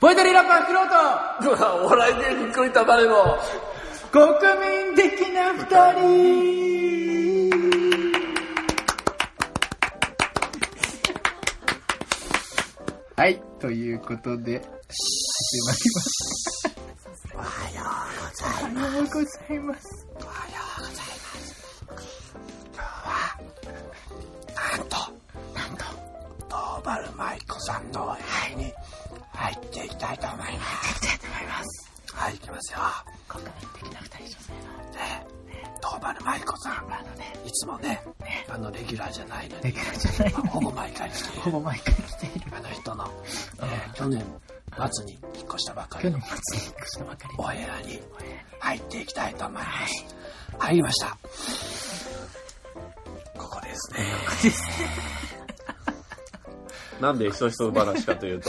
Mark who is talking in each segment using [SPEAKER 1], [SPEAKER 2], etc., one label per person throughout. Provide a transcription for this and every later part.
[SPEAKER 1] ボイトリーラッパークロー
[SPEAKER 2] うわ、お笑い芸人食いたまれの。
[SPEAKER 1] ト国民的な二人はい、ということで、始まります。おはようございます。
[SPEAKER 2] なんと、なんと、ノーバルマイコさんの部屋に入っていきたいと思います。入っていきたいと思います。はい、行きますよ。国民的な二人女性の。ね、ノーバルマイコさん。あのね、いつもね、あの、レギュラーじゃないのに、
[SPEAKER 1] レギュラーじゃない
[SPEAKER 2] まあほぼ毎回来ている
[SPEAKER 1] ほぼ毎回来ている。
[SPEAKER 2] あの人の、えー去年末に引っ越したばか
[SPEAKER 1] 去
[SPEAKER 2] りの
[SPEAKER 1] 年末に引っ越したばかり
[SPEAKER 2] お部屋に入っていきたいと思います。入りました。ここですね。
[SPEAKER 3] なんでひそひそ話かというと、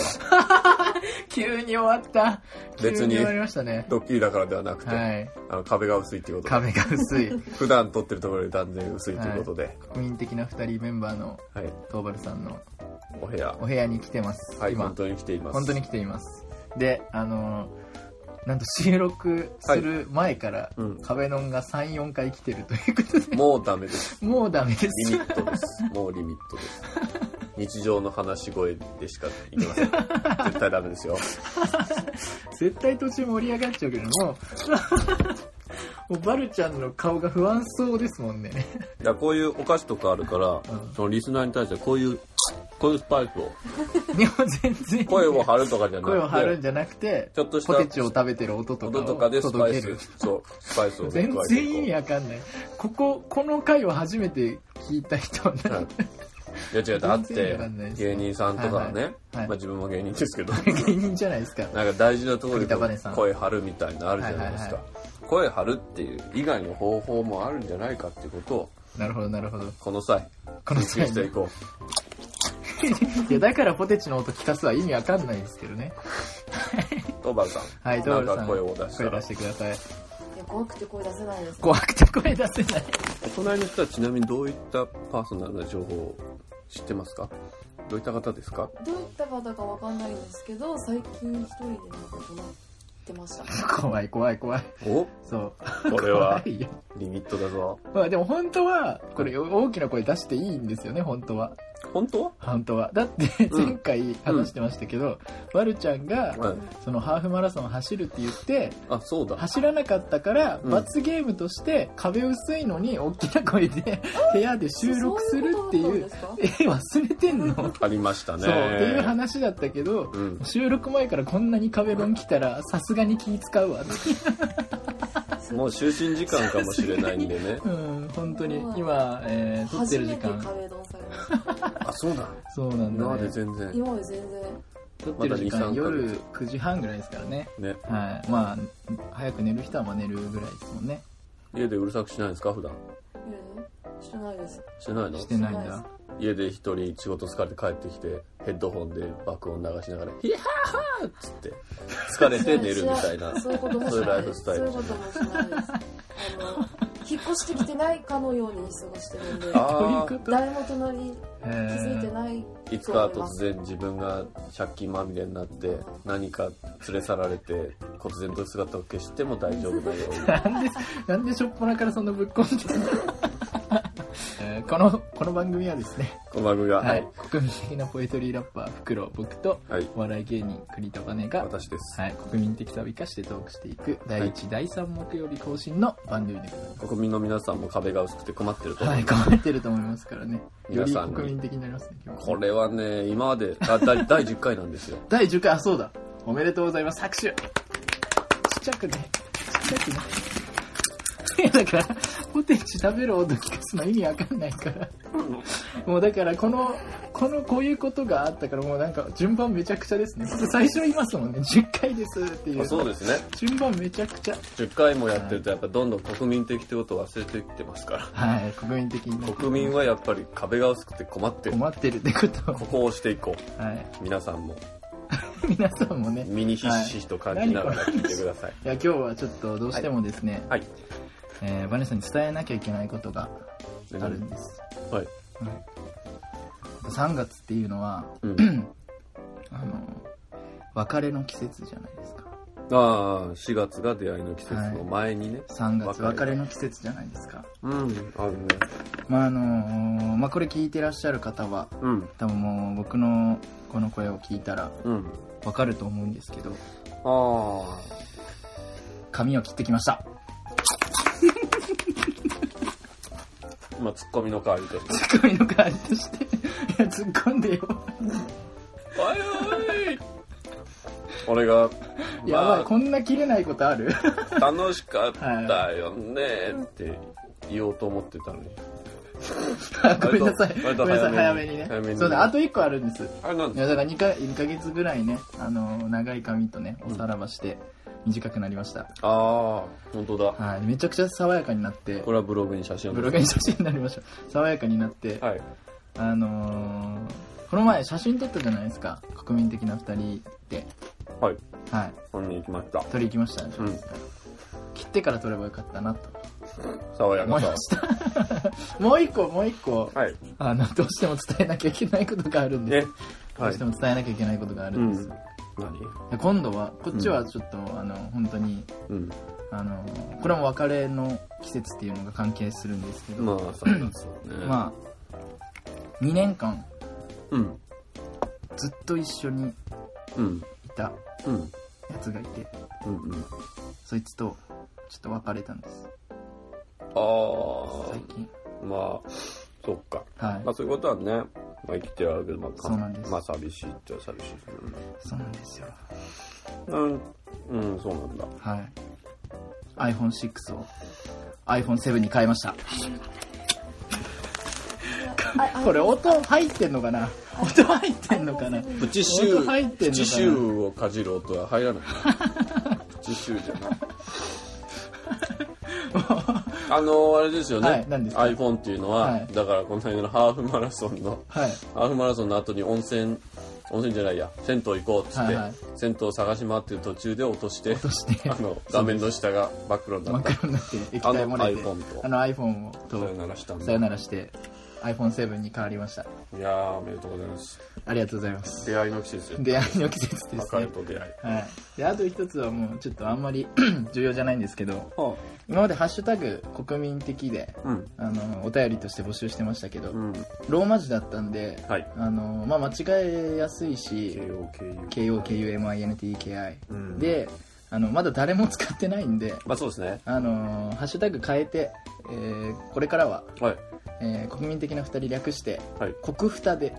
[SPEAKER 1] 急に終わった。急
[SPEAKER 3] 別に
[SPEAKER 1] 終わりましたね。
[SPEAKER 3] ドッキリだからではなくて、
[SPEAKER 1] はい。
[SPEAKER 3] あの壁が薄いっていうこと
[SPEAKER 1] 壁
[SPEAKER 3] で、
[SPEAKER 1] が薄い。
[SPEAKER 3] 普段撮ってるところより断然薄いということで、
[SPEAKER 1] 国民的な二人メンバーの
[SPEAKER 3] はい、
[SPEAKER 1] トーバルさんの
[SPEAKER 3] お部屋
[SPEAKER 1] お、部屋に来てます。
[SPEAKER 3] はい、
[SPEAKER 1] 今
[SPEAKER 3] 本当に来ています。
[SPEAKER 1] 本当に来ています。で、あのーなんと収録する前から、
[SPEAKER 3] うん
[SPEAKER 1] 壁の音が3、4回来てるということで、
[SPEAKER 3] もうダメです。
[SPEAKER 1] もうダメで
[SPEAKER 3] リ
[SPEAKER 1] す
[SPEAKER 3] ミ。ットです。もうリミットです。日常の話し声でしかいけません。絶対ダメですよ。
[SPEAKER 1] 絶対途中盛り上がっちゃうけ ど、もう、もうバルちゃんの顔が不安そうですもんね。
[SPEAKER 3] だからこういうお菓子とかあるから、
[SPEAKER 1] うん
[SPEAKER 3] そのリスナーに対してこういう、こういうスパイスを、
[SPEAKER 1] でも全然。
[SPEAKER 3] 声を張るとかじゃ
[SPEAKER 1] 声を
[SPEAKER 3] な
[SPEAKER 1] 張る
[SPEAKER 3] く
[SPEAKER 1] ん
[SPEAKER 3] て、
[SPEAKER 1] じゃなくて、
[SPEAKER 3] ちょっとし
[SPEAKER 1] ポテチ
[SPEAKER 3] た
[SPEAKER 1] を食べてる音とか
[SPEAKER 3] 音
[SPEAKER 1] を
[SPEAKER 3] とかでスパ
[SPEAKER 1] 届
[SPEAKER 3] イ
[SPEAKER 1] け
[SPEAKER 3] ス
[SPEAKER 1] る。、
[SPEAKER 3] そう、スパイスを
[SPEAKER 1] 全
[SPEAKER 3] 加えていこう
[SPEAKER 1] 然意味わかんない。ここ、この回を初めて聞いた人は
[SPEAKER 3] は
[SPEAKER 1] ね、
[SPEAKER 3] いいや違う、だっ
[SPEAKER 1] 全然意味わ
[SPEAKER 3] て
[SPEAKER 1] かんないで、す
[SPEAKER 3] 芸人さんとかはね、
[SPEAKER 1] はいはい
[SPEAKER 3] まあ自分も芸人ですけど、
[SPEAKER 1] 芸人じゃないですか。
[SPEAKER 3] なんか大事なところで
[SPEAKER 1] 栗田バネさん
[SPEAKER 3] 声張るみたいなのあるじゃないですか。
[SPEAKER 1] はい
[SPEAKER 3] 声張るっていう以外の方法もあるんじゃないかっていうことを、
[SPEAKER 1] なるほど、なるほど。
[SPEAKER 3] この際、
[SPEAKER 1] この際
[SPEAKER 3] 追求していこ
[SPEAKER 1] いや、だからポテチの音聞かすは意味わかんないですけどね。
[SPEAKER 3] う。トーバルさん、
[SPEAKER 1] はい、ド
[SPEAKER 3] な
[SPEAKER 1] ー
[SPEAKER 3] ん
[SPEAKER 1] ルさん。
[SPEAKER 3] か声を出した
[SPEAKER 1] 声
[SPEAKER 3] ら
[SPEAKER 1] 出し。てください。
[SPEAKER 4] いや怖くて声出せないです。
[SPEAKER 1] 怖くて声出せない。
[SPEAKER 3] お隣の人はちなみにどういったパーソナルな情報を知ってますかどういった方ですか
[SPEAKER 4] どういった方かわかんないんですけど、最近一人でなんか怒鳴ってました。
[SPEAKER 1] 怖い、怖い、怖い。
[SPEAKER 3] お
[SPEAKER 1] そう。
[SPEAKER 3] これは
[SPEAKER 1] 怖いよ。
[SPEAKER 3] リミットだぞ。
[SPEAKER 1] まあでも本当は、これ大きな声出していいんですよね、本当は。
[SPEAKER 3] 本当は
[SPEAKER 1] 本当は。だって、
[SPEAKER 3] うん
[SPEAKER 1] 前回話してましたけど、ワルちゃんが、
[SPEAKER 3] はい。
[SPEAKER 1] そのハーフマラソン走るって言って、
[SPEAKER 3] あ、そうだ。
[SPEAKER 1] 走らなかったから、
[SPEAKER 3] うん
[SPEAKER 1] 罰ゲームとして壁薄いのに大きな声で 部屋で収録するって
[SPEAKER 4] そ
[SPEAKER 1] いう
[SPEAKER 4] う、ことだったん
[SPEAKER 1] え、忘れてん の
[SPEAKER 3] ありましたね。
[SPEAKER 1] そう、っていう話だったけど、
[SPEAKER 3] うん。
[SPEAKER 1] 収録前からこんなに壁ドン来たら、さすがに気使う わ。
[SPEAKER 4] ですか
[SPEAKER 3] もう就寝時間かもしれないん でね。
[SPEAKER 1] うん、本当に。今、えー撮って
[SPEAKER 4] 初
[SPEAKER 1] る時
[SPEAKER 4] めて壁
[SPEAKER 1] 間。
[SPEAKER 4] ドンされました。
[SPEAKER 3] あ、そうだ。
[SPEAKER 1] そうなん
[SPEAKER 3] 今
[SPEAKER 1] だ、
[SPEAKER 3] まで
[SPEAKER 1] ね。
[SPEAKER 3] 全然。
[SPEAKER 4] 今まで全然。
[SPEAKER 1] 撮ってる時間、
[SPEAKER 3] まだ2 3
[SPEAKER 1] 夜9時半ぐらいですからね。
[SPEAKER 3] ね。
[SPEAKER 1] はい。まあ、早く寝る人はまあ寝るぐらいですもんね。
[SPEAKER 3] 家でうるさくしないんですか普段。
[SPEAKER 4] うんしてないです。
[SPEAKER 3] してないの
[SPEAKER 1] してないん
[SPEAKER 4] してない
[SPEAKER 1] だ
[SPEAKER 4] で。
[SPEAKER 3] 家で一人仕事疲れて帰ってきて、ヘッドホンで爆音流しながら、ヒヤーっつって、疲れて寝るみたいな。
[SPEAKER 4] そういうこともし
[SPEAKER 3] そういうラ
[SPEAKER 4] な
[SPEAKER 3] イ
[SPEAKER 4] いで
[SPEAKER 3] フ
[SPEAKER 4] す。
[SPEAKER 3] ス
[SPEAKER 4] そ
[SPEAKER 3] タイ
[SPEAKER 4] ういう
[SPEAKER 3] ル
[SPEAKER 4] こともしないです。あの、引っ越してきてないかのように過ごしてるんで、
[SPEAKER 3] あ
[SPEAKER 1] どういう こと
[SPEAKER 4] 誰も隣に
[SPEAKER 1] え
[SPEAKER 4] 気づいて
[SPEAKER 1] ー、
[SPEAKER 4] ない。
[SPEAKER 3] いつか突然自分が借金まみれになって、何か連れ去られて、忽然と姿を消しても大丈夫だよ。
[SPEAKER 1] なんで、なんでしょっぱなからそんなぶっこんでるの えーこの、この番組はですね、
[SPEAKER 3] この番組が、
[SPEAKER 1] は
[SPEAKER 3] はいい。、
[SPEAKER 1] 国民的なポエトリーラッパー、フクロウ、僕と、
[SPEAKER 3] はい。
[SPEAKER 1] お笑い芸人、栗田バネが、
[SPEAKER 3] 私です。
[SPEAKER 1] はい、国民的さを生かしてトークしていく、第1、第3木曜日更新の番組でございます。
[SPEAKER 3] 国民の皆さんも壁が薄くて困ってると思う
[SPEAKER 1] は。い、頑張ってると思いますからね。よ
[SPEAKER 3] 皆
[SPEAKER 1] り
[SPEAKER 3] さんに
[SPEAKER 1] 国民的になりますね、今日。
[SPEAKER 3] これはね、今まで、あだい 第10回なんですよ。
[SPEAKER 1] 第10回、あ、そうだ。おめでとうございます。拍手。ちっちゃくね。ちっちゃくね。いや、 だから、ポテチ食べる音聞かすの意味わかんないから。もうだから、この、この、こういうことがあったから、もうなんか、順番めちゃくちゃですね。最初言いますもんね。10回ですってい
[SPEAKER 3] あ
[SPEAKER 1] う。
[SPEAKER 3] そうですね。
[SPEAKER 1] 順番めちゃくちゃ。
[SPEAKER 3] 10回もやってると、やっぱどんどん国民的ってことを忘れてきてますか
[SPEAKER 1] はい、国民的に。
[SPEAKER 3] ら。国民はやっぱり壁が薄くて困ってる。
[SPEAKER 1] 困ってるってことを
[SPEAKER 3] ここを押していこ
[SPEAKER 1] はい。
[SPEAKER 3] う。皆さんも
[SPEAKER 1] 皆さんもね。
[SPEAKER 3] 身にひしひしと感じながら聞いてください。
[SPEAKER 1] いや、今日はちょっとどうしてもですね、
[SPEAKER 3] はい。
[SPEAKER 1] えーバネさんに伝えなきゃいけないことがあるんです。
[SPEAKER 3] はい。
[SPEAKER 1] 3月っていうのは、
[SPEAKER 3] うん。
[SPEAKER 1] あの、別れの季節じゃないですか。
[SPEAKER 3] ああ、4月が出会いの季節の前にね。
[SPEAKER 1] 3月、別
[SPEAKER 3] 別
[SPEAKER 1] れ
[SPEAKER 3] れ
[SPEAKER 1] の季節じゃないですか。
[SPEAKER 3] うん、あるね。
[SPEAKER 1] まあ、あのーまあ、これ聞いてらっしゃる方は、
[SPEAKER 3] うん、
[SPEAKER 1] 多分もう僕のこの声を聞いたら
[SPEAKER 3] うん。
[SPEAKER 1] わかると思うんですけど、
[SPEAKER 3] あ
[SPEAKER 1] 髪を切ってきました。
[SPEAKER 3] あ、今、ツッコミの代 わりとして。
[SPEAKER 1] ツッコミの代わりとして、いや、突っ込んでよ。
[SPEAKER 3] おいおい俺が、
[SPEAKER 1] やばい、
[SPEAKER 3] ま
[SPEAKER 1] こんな切れないことある
[SPEAKER 3] あ、楽しかったよねって言おうと思ってたのに。
[SPEAKER 1] あごめんなさい。
[SPEAKER 3] 割
[SPEAKER 1] ご
[SPEAKER 3] と
[SPEAKER 1] めんなさい、早
[SPEAKER 3] 早
[SPEAKER 1] め
[SPEAKER 3] め
[SPEAKER 1] に
[SPEAKER 3] に
[SPEAKER 1] ね
[SPEAKER 3] 早め。に
[SPEAKER 1] そうだ、あと1個あるんです。
[SPEAKER 3] あれなん
[SPEAKER 1] い
[SPEAKER 3] だ
[SPEAKER 1] や、だから2か2ヶ月ぐらいね、あのー長い髪とね、おさらばして、短くなりました。
[SPEAKER 3] ああ、本当だ。
[SPEAKER 1] はい、めちゃくちゃ爽やかになって
[SPEAKER 3] こ、れはブログに写真を
[SPEAKER 1] ブログに写真になりましょう。爽やかになって、
[SPEAKER 3] はい。
[SPEAKER 1] あのーこの前写真撮ったじゃないですか。国民的な二人で。
[SPEAKER 3] はい。
[SPEAKER 1] はい。
[SPEAKER 3] これに行きました。
[SPEAKER 1] 撮り行きましたね。
[SPEAKER 3] うん
[SPEAKER 1] 切ってから撮ればよかったなと
[SPEAKER 3] 爽や
[SPEAKER 1] 思
[SPEAKER 3] か
[SPEAKER 1] い
[SPEAKER 3] さ
[SPEAKER 1] ま。した。 もう一個、もう一個、
[SPEAKER 3] はい。
[SPEAKER 1] あの、どうしても伝えなきゃいけないことがあるんで
[SPEAKER 3] ね
[SPEAKER 1] す。。ど
[SPEAKER 3] は
[SPEAKER 1] う
[SPEAKER 3] い
[SPEAKER 1] して。も伝えなきゃいけないことがある
[SPEAKER 3] うん
[SPEAKER 1] です。
[SPEAKER 3] ん。何
[SPEAKER 1] で今度は、こっちはちょっと、あの、本当に、
[SPEAKER 3] うん。
[SPEAKER 1] あのーこれも別れの季節っていうのが関係するんですけど、
[SPEAKER 3] まあ、3月だね。あ。
[SPEAKER 1] まあ、2年間
[SPEAKER 3] うん。
[SPEAKER 1] ずっと一緒にい
[SPEAKER 3] うん。
[SPEAKER 1] た
[SPEAKER 3] うん。
[SPEAKER 1] やつがいて、
[SPEAKER 3] うん。うん。
[SPEAKER 1] そいつとちょっと別れたんです、
[SPEAKER 3] あ
[SPEAKER 1] 最近。
[SPEAKER 3] あ、まあ、そっか。
[SPEAKER 1] はい
[SPEAKER 3] まあ、。そういうことはね、まあ、生きてはあるけど、まあ、か
[SPEAKER 1] そうなんです
[SPEAKER 3] まあ、寂しいっちゃ寂しい。
[SPEAKER 1] そうなんですよ。
[SPEAKER 3] うん。うん、うん、そうなんだ。
[SPEAKER 1] はい。iPhone6 を iPhone7 に変えました。これ音入ってんのかな音入ってんのかな
[SPEAKER 3] プチ
[SPEAKER 1] シュー音入ってんのかな
[SPEAKER 3] プチシューをかじる音は入らない。 プチシューじゃない。あのあれですよね、
[SPEAKER 1] はい何ですか
[SPEAKER 3] iPhone っていうのは、
[SPEAKER 1] はい
[SPEAKER 3] だからこの間のハーフマラソンの
[SPEAKER 1] はい。
[SPEAKER 3] ハーフマラソンの後に温泉温泉じゃないや銭湯行こうっつって、
[SPEAKER 1] はいはい
[SPEAKER 3] 銭湯探し回ってる途中で落として
[SPEAKER 1] として
[SPEAKER 3] あ、の画面の下が真っ黒にな
[SPEAKER 1] 真っ
[SPEAKER 3] った
[SPEAKER 1] 黒になって液体漏れて
[SPEAKER 3] あの iPhone、と
[SPEAKER 1] あの iPhone を
[SPEAKER 3] さよ
[SPEAKER 1] と
[SPEAKER 3] ならしたん
[SPEAKER 1] さ
[SPEAKER 3] だ
[SPEAKER 1] よならして iPhone7 に変わりました。
[SPEAKER 3] いやーおめでとうございます
[SPEAKER 1] ありがとうございます。
[SPEAKER 3] 出会いの季節
[SPEAKER 1] 出会いの季節です
[SPEAKER 3] 別れ
[SPEAKER 1] ね。
[SPEAKER 3] と出会い
[SPEAKER 1] はい。で、あと一つはもうちょっとあんまり 重要じゃないんですけど、
[SPEAKER 3] は
[SPEAKER 1] 今までハッシュタグ国民的で、
[SPEAKER 3] あうん
[SPEAKER 1] あの、お便りとして募集してましたけど、
[SPEAKER 3] うん
[SPEAKER 1] ローマ字だったんで、
[SPEAKER 3] はい
[SPEAKER 1] あの、まあ、間違えやすいし、
[SPEAKER 3] KOKU
[SPEAKER 1] KOKUMINTEKI、
[SPEAKER 3] うん
[SPEAKER 1] で、あの、まだ誰も使ってないんで、
[SPEAKER 3] まあそうですね
[SPEAKER 1] あの、ハッシュタグ変えて、えーこれからは、
[SPEAKER 3] はい
[SPEAKER 1] えー国民的な二人略して、
[SPEAKER 3] はい
[SPEAKER 1] 国二で、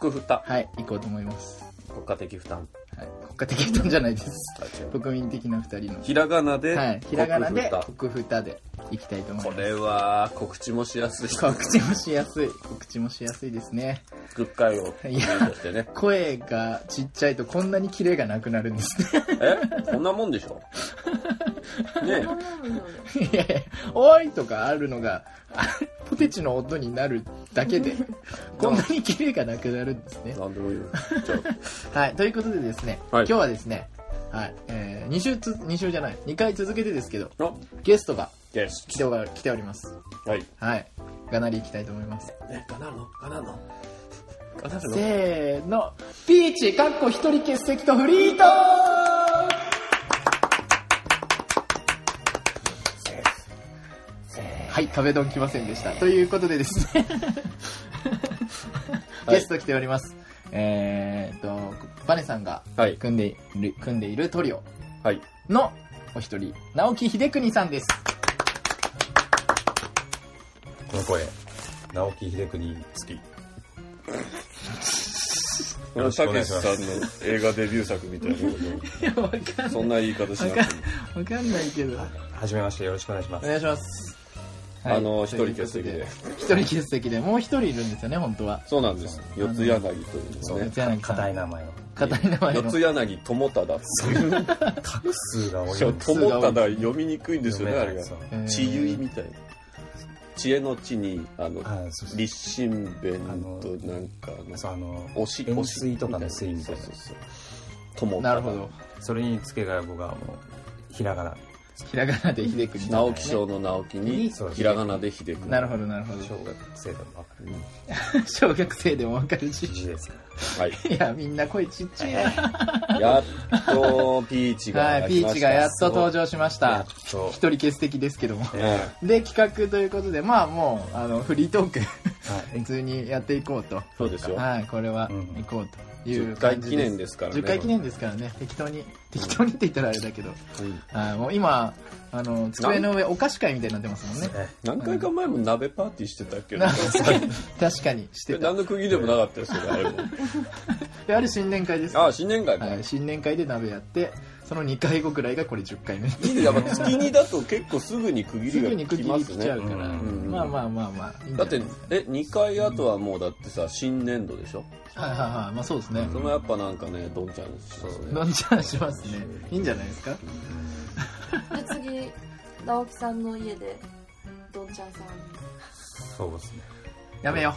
[SPEAKER 3] 国負担
[SPEAKER 1] はい、行こうと思います。
[SPEAKER 3] 国家的負担
[SPEAKER 1] はい、国家的なんじゃないです。
[SPEAKER 3] あ違う
[SPEAKER 1] 国民的な二人の。
[SPEAKER 3] ひらがなで、
[SPEAKER 1] はい、ひらがなで
[SPEAKER 3] 国負担、
[SPEAKER 1] 国二で行きたいと思い
[SPEAKER 3] こ
[SPEAKER 1] ます。
[SPEAKER 3] れは告知もしやすい
[SPEAKER 1] 告知もしやすい。告知もしやすいですね。
[SPEAKER 3] グッ会を
[SPEAKER 1] いや
[SPEAKER 3] としてね
[SPEAKER 1] 声がちっちゃいとこんなにキレがなくなるんです
[SPEAKER 3] えこんなもんでし ょね
[SPEAKER 1] ね。いやいや、 おいとかあるのが、あポテチの音になるだけ で、こんなにキレがなくなるんですね
[SPEAKER 3] え。なんでもいいよじゃ
[SPEAKER 1] はい、ということでですね、
[SPEAKER 3] はい
[SPEAKER 1] 今日はですね、はい、えー、2週つ、2週じゃない、2回続けてですけど、
[SPEAKER 3] あの
[SPEAKER 1] ゲストが
[SPEAKER 3] ゲ
[SPEAKER 1] 来
[SPEAKER 3] ス
[SPEAKER 1] ておら来ております。
[SPEAKER 3] トはい
[SPEAKER 1] はい、がなり行きたいと思います。
[SPEAKER 3] えかなるのかなるのかなるの
[SPEAKER 1] せーの、ピーチ、かっこ一人欠席とフリートはい、壁ドン来ませんでした。ということでですね、
[SPEAKER 3] はい
[SPEAKER 1] ゲスト来ております。えーっと、バネさんが
[SPEAKER 3] はい
[SPEAKER 1] 組んでいる、組んでいるトリオ
[SPEAKER 3] はい
[SPEAKER 1] のお一人、直木秀邦さんです。
[SPEAKER 2] この声、直木秀邦好 き。よろし
[SPEAKER 3] た
[SPEAKER 2] くお願
[SPEAKER 3] け
[SPEAKER 2] い
[SPEAKER 3] し
[SPEAKER 2] し
[SPEAKER 3] さ
[SPEAKER 2] ま
[SPEAKER 3] ん
[SPEAKER 2] す
[SPEAKER 3] の映画デビュー作みたいなこと
[SPEAKER 1] いや、 わかんない。
[SPEAKER 3] そんな言い方しなくても
[SPEAKER 1] わかんないけど。
[SPEAKER 2] はじめまして、よろしくお願いしま
[SPEAKER 1] お
[SPEAKER 2] す。
[SPEAKER 1] 願いします。
[SPEAKER 3] あの一人欠席で。
[SPEAKER 1] 一人欠席で、もう一人いるんですよね、本当は。
[SPEAKER 3] そうなんです四つ柳というです
[SPEAKER 1] 四
[SPEAKER 3] ね
[SPEAKER 1] 谷さん
[SPEAKER 2] 硬い名前を。
[SPEAKER 1] 硬い名前
[SPEAKER 3] 四
[SPEAKER 1] の
[SPEAKER 3] つ柳友忠っていう
[SPEAKER 2] 数が多い
[SPEAKER 3] ちょ友忠読みにくいんですよねあれが
[SPEAKER 1] えー
[SPEAKER 3] 知由みたいな知恵の地にあの
[SPEAKER 2] あそうそう
[SPEAKER 3] 立身弁となんかあの
[SPEAKER 2] そうあの
[SPEAKER 3] 推し
[SPEAKER 2] 塩
[SPEAKER 3] 推し
[SPEAKER 2] 水とかの水みたいな
[SPEAKER 3] そうそうそう友忠
[SPEAKER 1] なるほど
[SPEAKER 2] それにつけが僕はもうひらがな
[SPEAKER 1] ひらがなで秀くん
[SPEAKER 3] 直木賞の直木に
[SPEAKER 1] そう
[SPEAKER 3] ひらがなで秀くん
[SPEAKER 1] なるほどなるほど
[SPEAKER 2] 小学生でもわかる
[SPEAKER 1] 小学生でもわかるし
[SPEAKER 2] 字ですから
[SPEAKER 3] はい
[SPEAKER 1] いやみんな声ちっ ちゃいな
[SPEAKER 3] やっとピー チ
[SPEAKER 1] は
[SPEAKER 3] が
[SPEAKER 1] い、ピーチがやっと登場しました
[SPEAKER 2] やっ。と
[SPEAKER 1] 一人欠席ですけども。
[SPEAKER 2] ねは
[SPEAKER 1] で、企画ということで、まあもう、あの、フリートーク、
[SPEAKER 2] い
[SPEAKER 1] 普通にやっていこうと。
[SPEAKER 3] そうですよ
[SPEAKER 1] はい、これは
[SPEAKER 2] うん
[SPEAKER 1] 行こうという
[SPEAKER 3] 10回
[SPEAKER 1] 感じ
[SPEAKER 3] 記
[SPEAKER 1] です。
[SPEAKER 3] 念ですからね
[SPEAKER 1] 10回記念ですからね、適当に、適当にって言ったらあれだけど、
[SPEAKER 3] うん
[SPEAKER 1] はい、もう今、あの、机の上お菓子会みたいになってますもんね。
[SPEAKER 2] ね
[SPEAKER 3] 何回か前も鍋パーティーしてたっけど
[SPEAKER 1] な確かに、してた。
[SPEAKER 3] 何の釘でもなかったですよねあれも
[SPEAKER 1] であれ新年会です
[SPEAKER 3] あ
[SPEAKER 1] か
[SPEAKER 3] あ新年会
[SPEAKER 1] ら。
[SPEAKER 3] か、
[SPEAKER 1] はい、新年会で鍋やって、その2回後くらいがこれ10回目。
[SPEAKER 3] いいねやっぱ月にだと結構すぐに区
[SPEAKER 1] す
[SPEAKER 3] 切
[SPEAKER 1] ぐ
[SPEAKER 3] り
[SPEAKER 1] に
[SPEAKER 3] がき
[SPEAKER 1] 口
[SPEAKER 3] ま
[SPEAKER 1] に
[SPEAKER 3] す
[SPEAKER 1] 来ちゃ
[SPEAKER 3] ね
[SPEAKER 1] うから、
[SPEAKER 2] うん
[SPEAKER 3] うん
[SPEAKER 1] まあまあまあまあ、いいんじ
[SPEAKER 3] だ
[SPEAKER 1] ゃ
[SPEAKER 3] っ
[SPEAKER 1] ない
[SPEAKER 3] て
[SPEAKER 1] ですか
[SPEAKER 3] え2回あとはもうだってさ新年度でしょ
[SPEAKER 1] はいはいはいまあそうですね
[SPEAKER 3] それもやっぱなんかねどんちゃんしますね
[SPEAKER 1] 飲んじゃしますねいいんじゃないですか
[SPEAKER 4] で次直樹さんの家でどんちゃんさん
[SPEAKER 2] そうですね
[SPEAKER 1] やめよ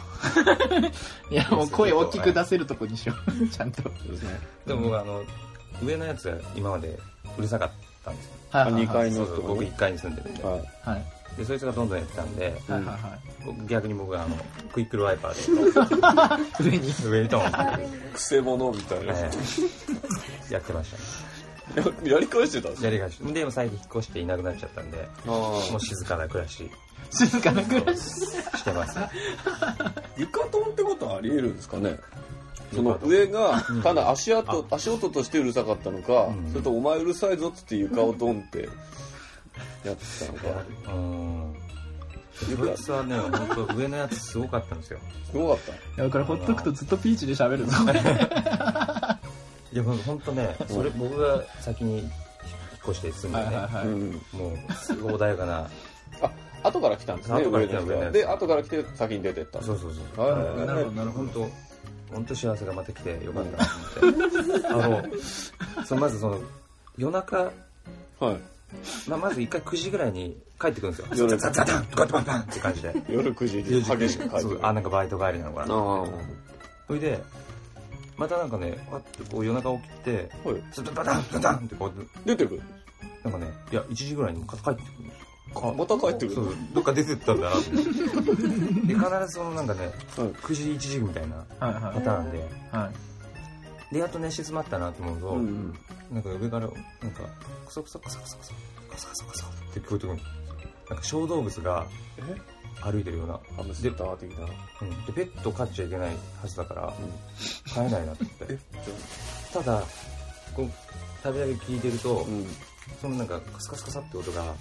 [SPEAKER 1] ういやもう声大きく出せるとこにしようちゃんと
[SPEAKER 3] そうですね
[SPEAKER 2] でも僕あの上のやつが今までうるさかったんですよ
[SPEAKER 1] はいはい
[SPEAKER 3] 二
[SPEAKER 1] はい
[SPEAKER 3] 階
[SPEAKER 2] そ
[SPEAKER 3] の
[SPEAKER 2] うそう
[SPEAKER 3] とこ
[SPEAKER 2] 僕
[SPEAKER 3] に
[SPEAKER 2] 1階に住んでるんで
[SPEAKER 3] はい
[SPEAKER 1] はい
[SPEAKER 2] でそいつがどんどんやってたんで
[SPEAKER 1] はいはいは
[SPEAKER 2] 僕逆に僕があのクイックルワイパ
[SPEAKER 1] い
[SPEAKER 2] ー
[SPEAKER 1] 上に
[SPEAKER 2] で上にドンって
[SPEAKER 4] ダーリング
[SPEAKER 3] くせ者みたいな、
[SPEAKER 2] え えやってましたね
[SPEAKER 3] ややり返してたんです
[SPEAKER 2] や
[SPEAKER 3] よ
[SPEAKER 2] り返しでも最近引っ越していなくなっちゃったんで
[SPEAKER 3] あ
[SPEAKER 2] も
[SPEAKER 3] あ
[SPEAKER 2] う静かな暮らし
[SPEAKER 1] 静かな暮らし
[SPEAKER 2] してますね
[SPEAKER 3] 床トンってことはあり得るんですかねその上がただ足跡足音としてうるさかったのか、
[SPEAKER 2] うん
[SPEAKER 3] それとお前うるさいぞっつって床をドンってやってたのか
[SPEAKER 2] うんこいつはね本当上のやつすごかったんですよ
[SPEAKER 3] すごかった
[SPEAKER 1] いやこれほっとくとずっとピーチで喋るぞ
[SPEAKER 2] いや本当ねそれ僕が先に引っ越して住んで
[SPEAKER 1] はい
[SPEAKER 2] ね
[SPEAKER 1] はいはい、
[SPEAKER 3] うん、
[SPEAKER 2] もうすごい穏やかな
[SPEAKER 3] あ後から来たんですね
[SPEAKER 2] 後から来た
[SPEAKER 3] 上の人は
[SPEAKER 2] 上のやつ
[SPEAKER 3] で後から来て先に出てった
[SPEAKER 2] そうそうそう
[SPEAKER 3] はい
[SPEAKER 1] なるほどなるほ
[SPEAKER 2] 本
[SPEAKER 1] ど
[SPEAKER 2] 当本当幸せがまた来てよかったなと思って あのそのまずその夜中、
[SPEAKER 3] はい
[SPEAKER 2] まあ、まず一回9時ぐらいに帰ってくるんですよ
[SPEAKER 3] 夜
[SPEAKER 2] ザザザンガタバンバンって感じで
[SPEAKER 3] 夜9時に激しく帰って
[SPEAKER 2] そ
[SPEAKER 3] く
[SPEAKER 2] う
[SPEAKER 3] る
[SPEAKER 2] あなんかバイト帰りなのか
[SPEAKER 3] あ
[SPEAKER 2] な
[SPEAKER 3] あ
[SPEAKER 2] それでまたなんかねあってこう夜中起きて
[SPEAKER 3] はい
[SPEAKER 2] ザザザンザザンってこう
[SPEAKER 3] 出てくる
[SPEAKER 2] なんかねいや1時ぐらいに帰ってくるんですよ
[SPEAKER 3] また帰ってく
[SPEAKER 2] そ
[SPEAKER 3] る
[SPEAKER 2] うどっか出てったんだなと思ってで必ずそのなんかね
[SPEAKER 3] はい
[SPEAKER 2] 9時1時みたいな
[SPEAKER 1] はいは
[SPEAKER 2] パターンで
[SPEAKER 1] いはい
[SPEAKER 2] でやっと寝静まったなと思うと、
[SPEAKER 3] うん
[SPEAKER 2] なんか上から、なんか、コソコソコソコソコソ、コソコソコソって聞こえてくるのなんか小動物が
[SPEAKER 3] え
[SPEAKER 2] 歩いてるような。
[SPEAKER 3] ハムスター的な
[SPEAKER 2] うん。で、ペット飼っちゃいけないはずだから、
[SPEAKER 3] うん
[SPEAKER 2] 飼えないなと思って。ただ、こう、旅だけ聞いてると、
[SPEAKER 3] うん
[SPEAKER 2] そのなんか、カスカスカサって音が、こ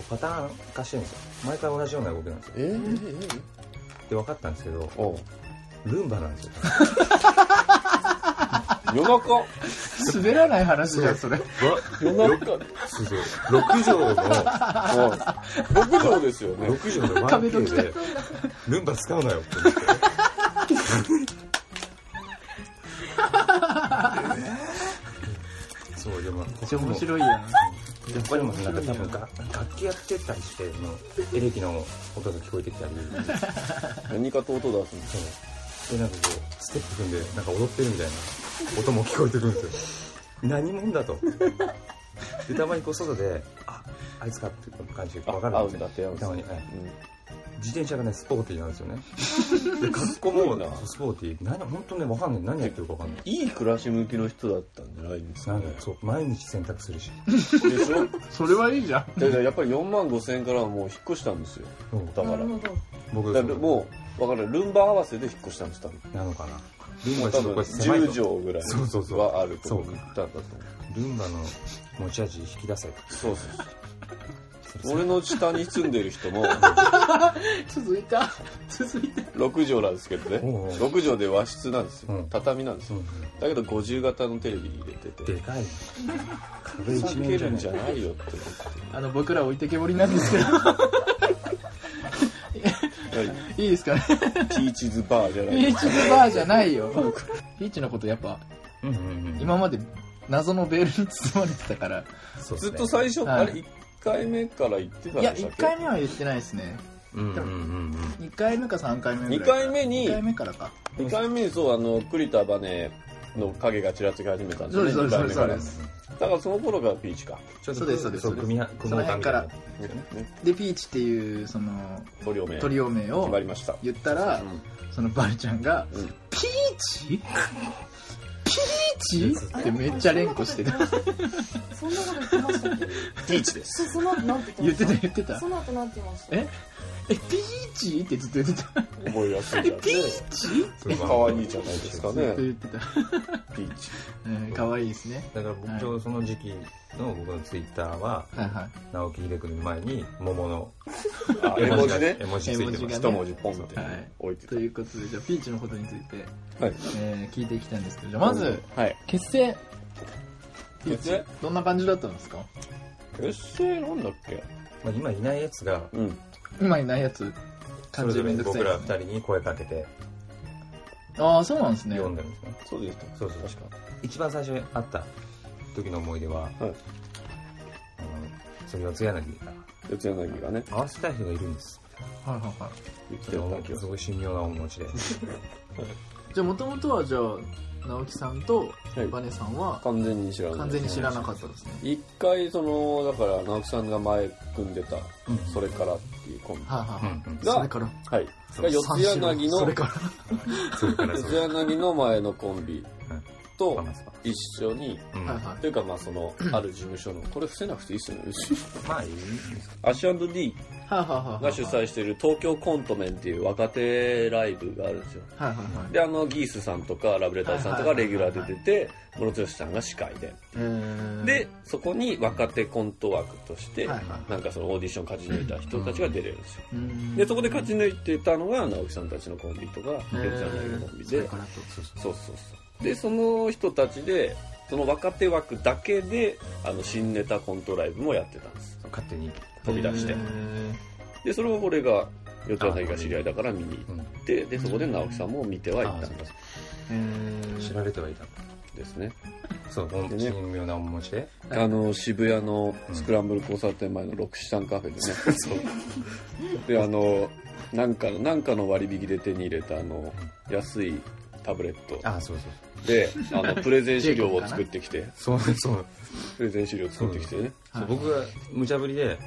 [SPEAKER 2] うパターン化してるんですよ。毎回同じような動きなんですよ。
[SPEAKER 3] えええ
[SPEAKER 2] って分かったんですけど、
[SPEAKER 3] おう
[SPEAKER 2] ルンバなんですよ。
[SPEAKER 3] 夜中
[SPEAKER 1] 滑らない話じゃんそれ
[SPEAKER 3] 夜中
[SPEAKER 2] そうそう。6畳の、
[SPEAKER 3] 六畳ですよね
[SPEAKER 2] 6畳で
[SPEAKER 1] 壁ドン
[SPEAKER 2] 1K でルンバ使うなよって言ってそうでも
[SPEAKER 1] めっちゃ面
[SPEAKER 2] い
[SPEAKER 1] 白いやん
[SPEAKER 2] やっぱりもなんか多分が楽器やってたりしてそのエレキの音が聞こえてきたり
[SPEAKER 3] 何かと音出すんです
[SPEAKER 2] そうでなんかこうステップ踏んでなんか踊ってるみたいな音も聞こえてくるんです よ何者だとでたまにこう外でああいつかっていう感じが分かる
[SPEAKER 3] 合
[SPEAKER 2] ん
[SPEAKER 3] う
[SPEAKER 2] で
[SPEAKER 3] ん
[SPEAKER 2] す
[SPEAKER 3] だ
[SPEAKER 2] よ
[SPEAKER 3] って合うんだ
[SPEAKER 2] たまに、はい自転車がねスポーティーなんですよね で格好
[SPEAKER 3] すご
[SPEAKER 2] も
[SPEAKER 3] いな
[SPEAKER 2] スポーティー何本当ね分かんない何やってるか分かんない
[SPEAKER 3] いい暮らし向きの人だったんじゃないんですか
[SPEAKER 2] なん
[SPEAKER 3] ね
[SPEAKER 2] かそう毎日洗濯 するし
[SPEAKER 3] でしょ
[SPEAKER 1] それはいいじゃん
[SPEAKER 3] だからやっぱり4万5千円からはもう引っ越したんですよ
[SPEAKER 2] そう
[SPEAKER 3] だから
[SPEAKER 4] なるほど
[SPEAKER 2] 僕
[SPEAKER 3] だからもう分かるルンバ合わせで引っ越したんです多分
[SPEAKER 2] うなのかなルンバ
[SPEAKER 3] 多
[SPEAKER 2] ちょっと
[SPEAKER 3] 分
[SPEAKER 2] これ狭い
[SPEAKER 3] 10
[SPEAKER 2] と
[SPEAKER 3] 畳ぐら
[SPEAKER 2] そうそうそ
[SPEAKER 3] いうはあると思ったんだと思う
[SPEAKER 2] ルンバの持ち味引き出せ
[SPEAKER 3] そうそうそう俺の下に住んでる人 も
[SPEAKER 1] 続いた続いた
[SPEAKER 3] 6畳なんですけどね
[SPEAKER 2] おうおう
[SPEAKER 3] 6畳で和室なんですよ、
[SPEAKER 2] うん
[SPEAKER 3] 畳なんです
[SPEAKER 2] う
[SPEAKER 3] よ
[SPEAKER 2] ん
[SPEAKER 3] だけど50型のテレビに入れて
[SPEAKER 2] で
[SPEAKER 3] て
[SPEAKER 2] かい壁
[SPEAKER 3] ふざ
[SPEAKER 2] 一
[SPEAKER 3] け
[SPEAKER 2] 面じゃ
[SPEAKER 3] るん
[SPEAKER 2] ない
[SPEAKER 3] じゃないよって思
[SPEAKER 1] あの僕ら置いてけぼりなんですけ ど
[SPEAKER 3] ってはい
[SPEAKER 1] いいですかね
[SPEAKER 3] ティーチズバーじゃない
[SPEAKER 1] ビーチズバーじゃないよ。ビーチのことやっぱ、
[SPEAKER 2] うんうんうん
[SPEAKER 1] 今まで謎のベールに包まれてたから。
[SPEAKER 2] そう
[SPEAKER 3] ず
[SPEAKER 2] す
[SPEAKER 3] っ
[SPEAKER 2] ね
[SPEAKER 3] と最初、
[SPEAKER 1] はい
[SPEAKER 3] あれ1回目から言ってたん
[SPEAKER 1] い
[SPEAKER 3] で
[SPEAKER 1] や、
[SPEAKER 3] した
[SPEAKER 1] 1
[SPEAKER 3] っけ
[SPEAKER 1] 回目は言ってないですね。
[SPEAKER 2] うんうんうん
[SPEAKER 1] 2回目か3回目ぐらいか。
[SPEAKER 3] 二回目に
[SPEAKER 1] 2回目からか。
[SPEAKER 3] 2回目にそうあの栗田バネの影がちらつき始めたんです
[SPEAKER 1] そう
[SPEAKER 3] よ
[SPEAKER 1] で
[SPEAKER 3] ね。
[SPEAKER 1] す、そうです、
[SPEAKER 3] 二
[SPEAKER 1] そうです。
[SPEAKER 3] 回目からだからその頃がピーチか。
[SPEAKER 2] ちょっと
[SPEAKER 1] そうですそうです
[SPEAKER 2] そう組み合組
[SPEAKER 1] そ
[SPEAKER 2] み
[SPEAKER 1] の
[SPEAKER 2] 合った
[SPEAKER 1] 辺
[SPEAKER 2] み
[SPEAKER 1] か
[SPEAKER 2] たいな
[SPEAKER 1] ら。で、ピーチっていう、その、
[SPEAKER 3] トリオ名。
[SPEAKER 1] トリオ名
[SPEAKER 3] 決ま
[SPEAKER 1] を
[SPEAKER 3] りました。
[SPEAKER 1] 言ったら
[SPEAKER 3] う、ん
[SPEAKER 1] そのバルちゃんが、
[SPEAKER 3] うん
[SPEAKER 1] ピーチピーチってめっちゃ連呼してた。
[SPEAKER 4] そんなこと言ってましたっけ
[SPEAKER 3] ピーチです。
[SPEAKER 4] そその後なんて言
[SPEAKER 1] 言
[SPEAKER 4] っ
[SPEAKER 1] っててた言
[SPEAKER 4] ました
[SPEAKER 1] ってた
[SPEAKER 4] そ。の後なんて言いました
[SPEAKER 1] ええ、ピーチってずっと言ってた。
[SPEAKER 3] 覚えやすいじゃんね。
[SPEAKER 2] そう
[SPEAKER 3] 可愛いじゃないですか
[SPEAKER 1] ずっ
[SPEAKER 3] ね
[SPEAKER 1] と。言ってた。
[SPEAKER 3] ピーチ。
[SPEAKER 1] うん可愛いですね。
[SPEAKER 2] だから僕ちょうどその時期の僕のツイッターは
[SPEAKER 1] はいはい。
[SPEAKER 2] 直樹秀君の前に桃の
[SPEAKER 3] あ絵文字ね
[SPEAKER 2] 絵。文字ついてまし
[SPEAKER 1] 絵
[SPEAKER 2] た
[SPEAKER 3] 一文字ポンって
[SPEAKER 1] はい
[SPEAKER 3] 置いて
[SPEAKER 1] ということで、じゃあ、ピーチのことについて、
[SPEAKER 3] た。はい。
[SPEAKER 1] えー聞いていきたいんですけど、じゃあまず、、
[SPEAKER 3] はい。
[SPEAKER 1] 結成。
[SPEAKER 3] 結成
[SPEAKER 1] どんな感じだったんですか
[SPEAKER 3] 結成なんだっけ
[SPEAKER 2] まあ、今いないやつが
[SPEAKER 3] うん。
[SPEAKER 1] 今いないやつ、
[SPEAKER 2] そ
[SPEAKER 1] 感
[SPEAKER 2] れ
[SPEAKER 1] じ
[SPEAKER 2] ぞ
[SPEAKER 1] め
[SPEAKER 2] れ
[SPEAKER 1] んどくさ
[SPEAKER 2] 僕
[SPEAKER 1] い。
[SPEAKER 2] ら二人に声かけて
[SPEAKER 1] ああ、そうなんですね。
[SPEAKER 2] 読んだんですね
[SPEAKER 3] そうでした。
[SPEAKER 2] そうそう
[SPEAKER 3] 確か。
[SPEAKER 2] 一番最初に会った時の思い出は、あのその四つ柳が
[SPEAKER 3] 四つ柳がね、
[SPEAKER 2] 合わせたい人がいるんです
[SPEAKER 1] はいはいはい。
[SPEAKER 3] 言って
[SPEAKER 2] それ
[SPEAKER 3] た気が
[SPEAKER 2] も
[SPEAKER 3] す
[SPEAKER 2] す
[SPEAKER 3] る。
[SPEAKER 2] ごい神妙なお持ちで
[SPEAKER 1] じゃあ、もともとは、じゃあ、直樹さんと
[SPEAKER 3] はい、
[SPEAKER 1] バネさんは、
[SPEAKER 3] 完全に知らない。
[SPEAKER 1] 完全に知らなかったですね。
[SPEAKER 3] 一回そのだから直樹さんが前組んでた「
[SPEAKER 2] うん
[SPEAKER 3] それから」っていうコンビ
[SPEAKER 1] はいは
[SPEAKER 2] う
[SPEAKER 1] いは
[SPEAKER 2] ん
[SPEAKER 1] い。
[SPEAKER 2] うん
[SPEAKER 1] それから。
[SPEAKER 3] はいが四
[SPEAKER 1] 三
[SPEAKER 3] つ
[SPEAKER 1] 四郎
[SPEAKER 3] 柳の
[SPEAKER 1] それ
[SPEAKER 3] 四
[SPEAKER 1] から。
[SPEAKER 2] それ からそ
[SPEAKER 3] つ
[SPEAKER 2] れ
[SPEAKER 3] 柳の前のコンビと
[SPEAKER 2] まあ
[SPEAKER 3] 一緒に
[SPEAKER 2] うん
[SPEAKER 1] はいは
[SPEAKER 3] というかまあそのある事務所のこれ伏せなくていいっすよね
[SPEAKER 2] まあいいで す
[SPEAKER 3] アッシュ &D
[SPEAKER 1] い。はいはいはいはい。
[SPEAKER 3] が主催している東京コントメンっていう若手ライブがあるんですよ
[SPEAKER 1] はいはいはい。
[SPEAKER 3] であのギースさんとかラブレターズさんとかレギュラーで出てムロツヨシさんが司会で
[SPEAKER 1] えー、
[SPEAKER 3] でそこに若手コント枠として
[SPEAKER 1] はいはい
[SPEAKER 3] なんかそのオーディション勝ち抜いた人たちが出れるんですよ
[SPEAKER 1] うん
[SPEAKER 3] でそこで勝ち抜いてたのが直樹さんたちのコンビと
[SPEAKER 1] え
[SPEAKER 3] か哲ちゃん
[SPEAKER 1] ー
[SPEAKER 3] のコンビ
[SPEAKER 1] それ
[SPEAKER 3] で
[SPEAKER 1] からと。
[SPEAKER 3] そうそうそうでその人たちでその若手枠だけであの新ネタコントライブもやってたんです
[SPEAKER 2] 勝手に、
[SPEAKER 3] 飛び出して
[SPEAKER 1] えー
[SPEAKER 3] でそれを俺が四つ柳が知り合いだから見に行
[SPEAKER 2] うん
[SPEAKER 3] ってでそこで直樹さんも見てはいたん
[SPEAKER 2] あ
[SPEAKER 3] で
[SPEAKER 2] ー
[SPEAKER 3] す
[SPEAKER 1] えー
[SPEAKER 2] 知られてはいた
[SPEAKER 3] ですね
[SPEAKER 2] そう本当に神妙なお持ちで
[SPEAKER 1] はい
[SPEAKER 3] あの渋谷のスクランブル交差点前の六四三カフェでね、 であのなんかなんかの割引で手に入れたあの安いタブレット
[SPEAKER 2] あそうそう
[SPEAKER 3] であのプレゼン資 料を作ってきて
[SPEAKER 2] そうそうそう
[SPEAKER 3] プレゼン資料作ってきてね
[SPEAKER 2] そう僕が無茶ぶりで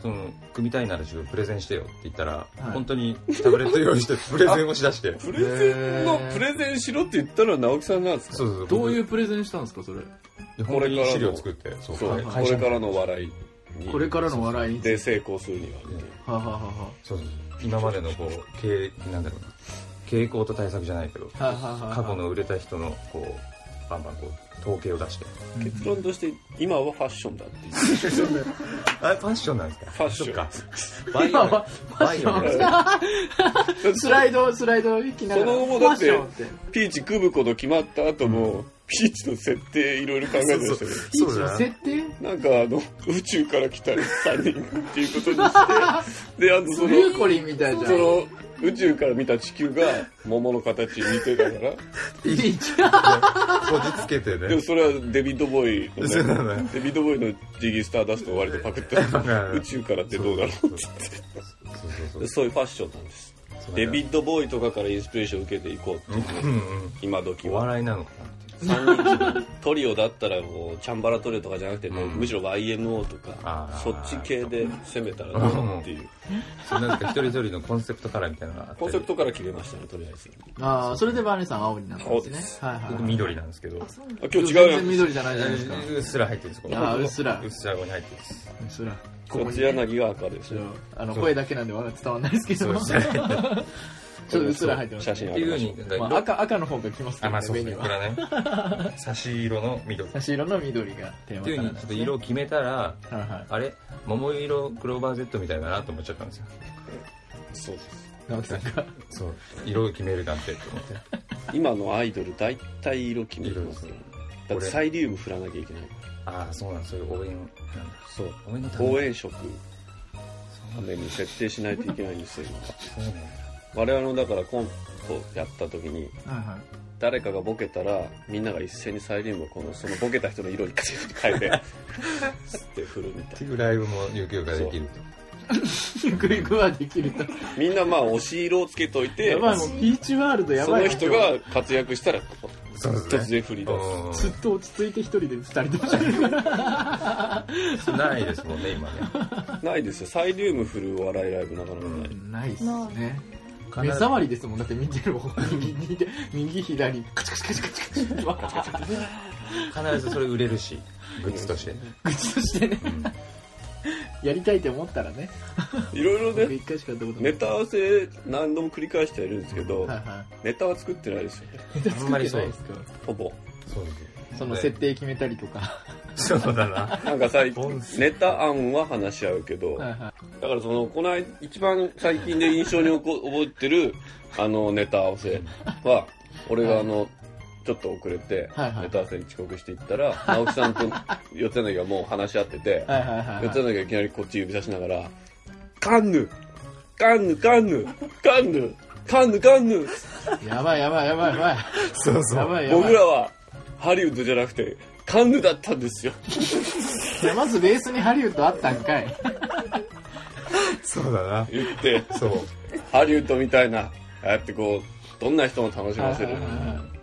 [SPEAKER 2] その組みたいならちょっとプレゼンしてよって言ったら、
[SPEAKER 1] い
[SPEAKER 2] 本当にタブレット用意してプレゼンをしだして
[SPEAKER 3] プレゼンのプレゼンしろって言ったのは直樹さんなんですか
[SPEAKER 2] そうそう
[SPEAKER 1] どういううプレゼンしたんですか、それ。
[SPEAKER 2] 僕本当に資料作ってそう
[SPEAKER 3] そうこ
[SPEAKER 2] 会社
[SPEAKER 3] れからの笑いに
[SPEAKER 1] これからの笑いについ
[SPEAKER 3] で
[SPEAKER 1] て。
[SPEAKER 3] 成功するには
[SPEAKER 1] はははは
[SPEAKER 2] そうそうそう今までのこう経なんだろうな傾向と対策じゃないけど
[SPEAKER 1] はいはいはい
[SPEAKER 2] 過去の売れた人のこうバンバンこう統計を出して
[SPEAKER 3] 結論として今はファッションだっていう
[SPEAKER 2] あれファッションなんですか
[SPEAKER 3] ファッション
[SPEAKER 2] ンバイ
[SPEAKER 1] 今
[SPEAKER 2] オ
[SPEAKER 1] は
[SPEAKER 2] バイオ
[SPEAKER 1] ファッション
[SPEAKER 2] だよ
[SPEAKER 1] ス ライド、スライド行きながら。
[SPEAKER 3] その後もだって
[SPEAKER 1] ファッションって
[SPEAKER 3] ピーチ組むこと決まった後も、ピーチの設定いろいろ考えてましたけど
[SPEAKER 1] ピ
[SPEAKER 2] そ
[SPEAKER 1] ー
[SPEAKER 2] う
[SPEAKER 1] チの
[SPEAKER 2] だ
[SPEAKER 1] 設定
[SPEAKER 3] なんかあの宇宙から来た3人っていうことにしてであとその
[SPEAKER 1] ミューコリンみたいじゃ
[SPEAKER 3] そ
[SPEAKER 1] ん。
[SPEAKER 3] の宇宙から見た地球が桃の形に似てたから
[SPEAKER 1] ピーチ。
[SPEAKER 2] こじつけて
[SPEAKER 3] でも
[SPEAKER 2] ね
[SPEAKER 3] それはデビッド・ボーイ
[SPEAKER 2] そうな
[SPEAKER 3] の、
[SPEAKER 2] のよ
[SPEAKER 3] ね、デビッド・ボーイのジギー・スターダストを割とパクった
[SPEAKER 2] バカ
[SPEAKER 3] 宇宙からってどうだろ
[SPEAKER 2] そうそう
[SPEAKER 3] う
[SPEAKER 2] そ
[SPEAKER 3] そういうファッションなんです
[SPEAKER 2] う
[SPEAKER 3] デビッド・ボーイとかからインスピレーション受けていこうって
[SPEAKER 2] うんうん
[SPEAKER 3] 今時
[SPEAKER 2] お
[SPEAKER 3] は
[SPEAKER 2] 笑いなのかなって
[SPEAKER 3] 3人組トリオだったらもうチャンバラトリオとかじゃなくてもう
[SPEAKER 2] うん
[SPEAKER 3] むしろ YMO と
[SPEAKER 2] あ
[SPEAKER 3] か
[SPEAKER 2] ー
[SPEAKER 3] そっち系で攻めたらどうっていう
[SPEAKER 2] そうなんか一人一人のコンセプトカラーみたいなのがあって
[SPEAKER 3] コンセプトから決めましたねとりあえず
[SPEAKER 1] ああ、それでバネさん青になったん
[SPEAKER 3] 青
[SPEAKER 1] で
[SPEAKER 3] ですす
[SPEAKER 1] ね。はいはい
[SPEAKER 2] 僕
[SPEAKER 1] はい。
[SPEAKER 2] 緑なんですけど
[SPEAKER 4] あそうなんだ
[SPEAKER 3] あ今日
[SPEAKER 1] 全
[SPEAKER 3] 違
[SPEAKER 1] 然
[SPEAKER 3] うよ
[SPEAKER 1] 緑じゃないじゃないですか。
[SPEAKER 2] うっすら入ってるんですここ
[SPEAKER 1] あーうっすら
[SPEAKER 2] うっすらここに入ってるんです
[SPEAKER 1] うそら。ここ
[SPEAKER 3] 四
[SPEAKER 1] に
[SPEAKER 3] つ。柳が赤です
[SPEAKER 1] ちょ
[SPEAKER 3] よ
[SPEAKER 1] っとあの、声だけなんでわか伝わんないですけ
[SPEAKER 2] そう
[SPEAKER 1] ど。
[SPEAKER 2] で
[SPEAKER 1] ち
[SPEAKER 2] す
[SPEAKER 1] ょっ
[SPEAKER 2] ね。
[SPEAKER 1] とうっすら入ってます。
[SPEAKER 3] 写真
[SPEAKER 2] っ
[SPEAKER 3] あ
[SPEAKER 2] てい
[SPEAKER 3] げ
[SPEAKER 2] う
[SPEAKER 3] ましょ
[SPEAKER 2] 風に、
[SPEAKER 1] まあ、赤、赤の方が来ますけ
[SPEAKER 2] あ、
[SPEAKER 1] ど
[SPEAKER 2] まあ
[SPEAKER 1] ね、
[SPEAKER 2] そう
[SPEAKER 1] 目
[SPEAKER 2] で
[SPEAKER 1] に
[SPEAKER 2] すね。これ
[SPEAKER 1] は。
[SPEAKER 2] はね、差し色の緑。っ
[SPEAKER 1] 差し色の緑がテーマ
[SPEAKER 2] てい
[SPEAKER 1] カ
[SPEAKER 2] う風
[SPEAKER 1] ラー
[SPEAKER 2] に、
[SPEAKER 1] なん
[SPEAKER 2] ち
[SPEAKER 1] で
[SPEAKER 2] ょっ
[SPEAKER 1] す
[SPEAKER 2] と
[SPEAKER 1] ね。
[SPEAKER 2] 色を決めたら、
[SPEAKER 1] はいはい。
[SPEAKER 2] あれ、桃色クローバー Z みたいだなと思っちゃったんですよ。
[SPEAKER 3] うそうです
[SPEAKER 1] 直樹さんが。
[SPEAKER 2] そう。色を決めるなんてと思って。
[SPEAKER 3] 今のアイドル大体色決めてますよだってサイリウム振らなきゃいけない
[SPEAKER 2] ああ、そうなんそういう応援なんだ。
[SPEAKER 3] そう
[SPEAKER 2] 応援のために
[SPEAKER 3] 応援色のために設定しないといけないんですよ今
[SPEAKER 2] そうね。
[SPEAKER 3] 我々のだからコントやった時に
[SPEAKER 1] はいはい。
[SPEAKER 3] 誰かがボケたらみんなが一斉にサイリウムをこのそのボケた人の色に変えてスッて振るみた
[SPEAKER 2] っ
[SPEAKER 3] い
[SPEAKER 2] ていうライブも有給ができると。
[SPEAKER 1] ゆくゆくはできると。
[SPEAKER 3] なみんなまあ押し色をつけといて
[SPEAKER 1] やばい、もうピーチワールドや
[SPEAKER 3] そ
[SPEAKER 1] ばい
[SPEAKER 3] の
[SPEAKER 1] よ。
[SPEAKER 3] 人が活躍したらこう
[SPEAKER 2] そうです
[SPEAKER 3] 突
[SPEAKER 2] ね
[SPEAKER 3] 然振り出
[SPEAKER 1] ずっと落ち着いて一人で二人でしゃべる
[SPEAKER 2] うんないですもんね今ね
[SPEAKER 3] す。ないですよ。サイリウム振るお笑いライブなかなかな
[SPEAKER 1] な
[SPEAKER 3] い。
[SPEAKER 1] いっすね目障りですもんだって見てる方 右にで右左カチカチカチカチカチカチわー
[SPEAKER 2] 必ずそれ売れるしグッズとして
[SPEAKER 1] グッズしてねやりたいと思ったらね
[SPEAKER 3] いろいろ
[SPEAKER 1] 僕
[SPEAKER 3] ね、
[SPEAKER 1] 一回しかやったことない
[SPEAKER 3] ネタ合わせ何度も繰り返してはいるんですけど
[SPEAKER 1] は、いはい
[SPEAKER 3] ネタは作ってないですよね。
[SPEAKER 2] あんまりそう
[SPEAKER 1] 作ってないですか
[SPEAKER 3] ほぼ。
[SPEAKER 2] そう
[SPEAKER 1] その設定決めたりとか
[SPEAKER 2] そうだな
[SPEAKER 3] なんか最
[SPEAKER 2] ボン
[SPEAKER 3] 近、
[SPEAKER 2] ス
[SPEAKER 3] ネタ案は話し合うけど、
[SPEAKER 1] はい
[SPEAKER 3] だ
[SPEAKER 1] は
[SPEAKER 3] からその、この間、一番最近で印象におこ覚えてる、あの、ネタ合わせは、俺があの、ちょっと遅れて、
[SPEAKER 1] はいはい
[SPEAKER 3] ネタ合わせに遅刻していったら、直樹さんと 四つ柳がもう話し合ってて、
[SPEAKER 1] いはいはいはい
[SPEAKER 3] 四つ柳がいきなりこっち指さしながら、カンヌカンヌカンヌカンヌカンヌカンヌ
[SPEAKER 1] やばいやばいやばいやばい
[SPEAKER 2] そうそ
[SPEAKER 1] や
[SPEAKER 2] う
[SPEAKER 1] ばいやばい
[SPEAKER 3] 僕らはハリウッドじゃなくてカンヌだったんですよ。
[SPEAKER 1] まずベースにハリウッドあったんかい
[SPEAKER 2] そうだな
[SPEAKER 3] 言って、
[SPEAKER 2] そう
[SPEAKER 3] ハリウッドみたいな、ああやってこう、どんな人も楽しませる。っ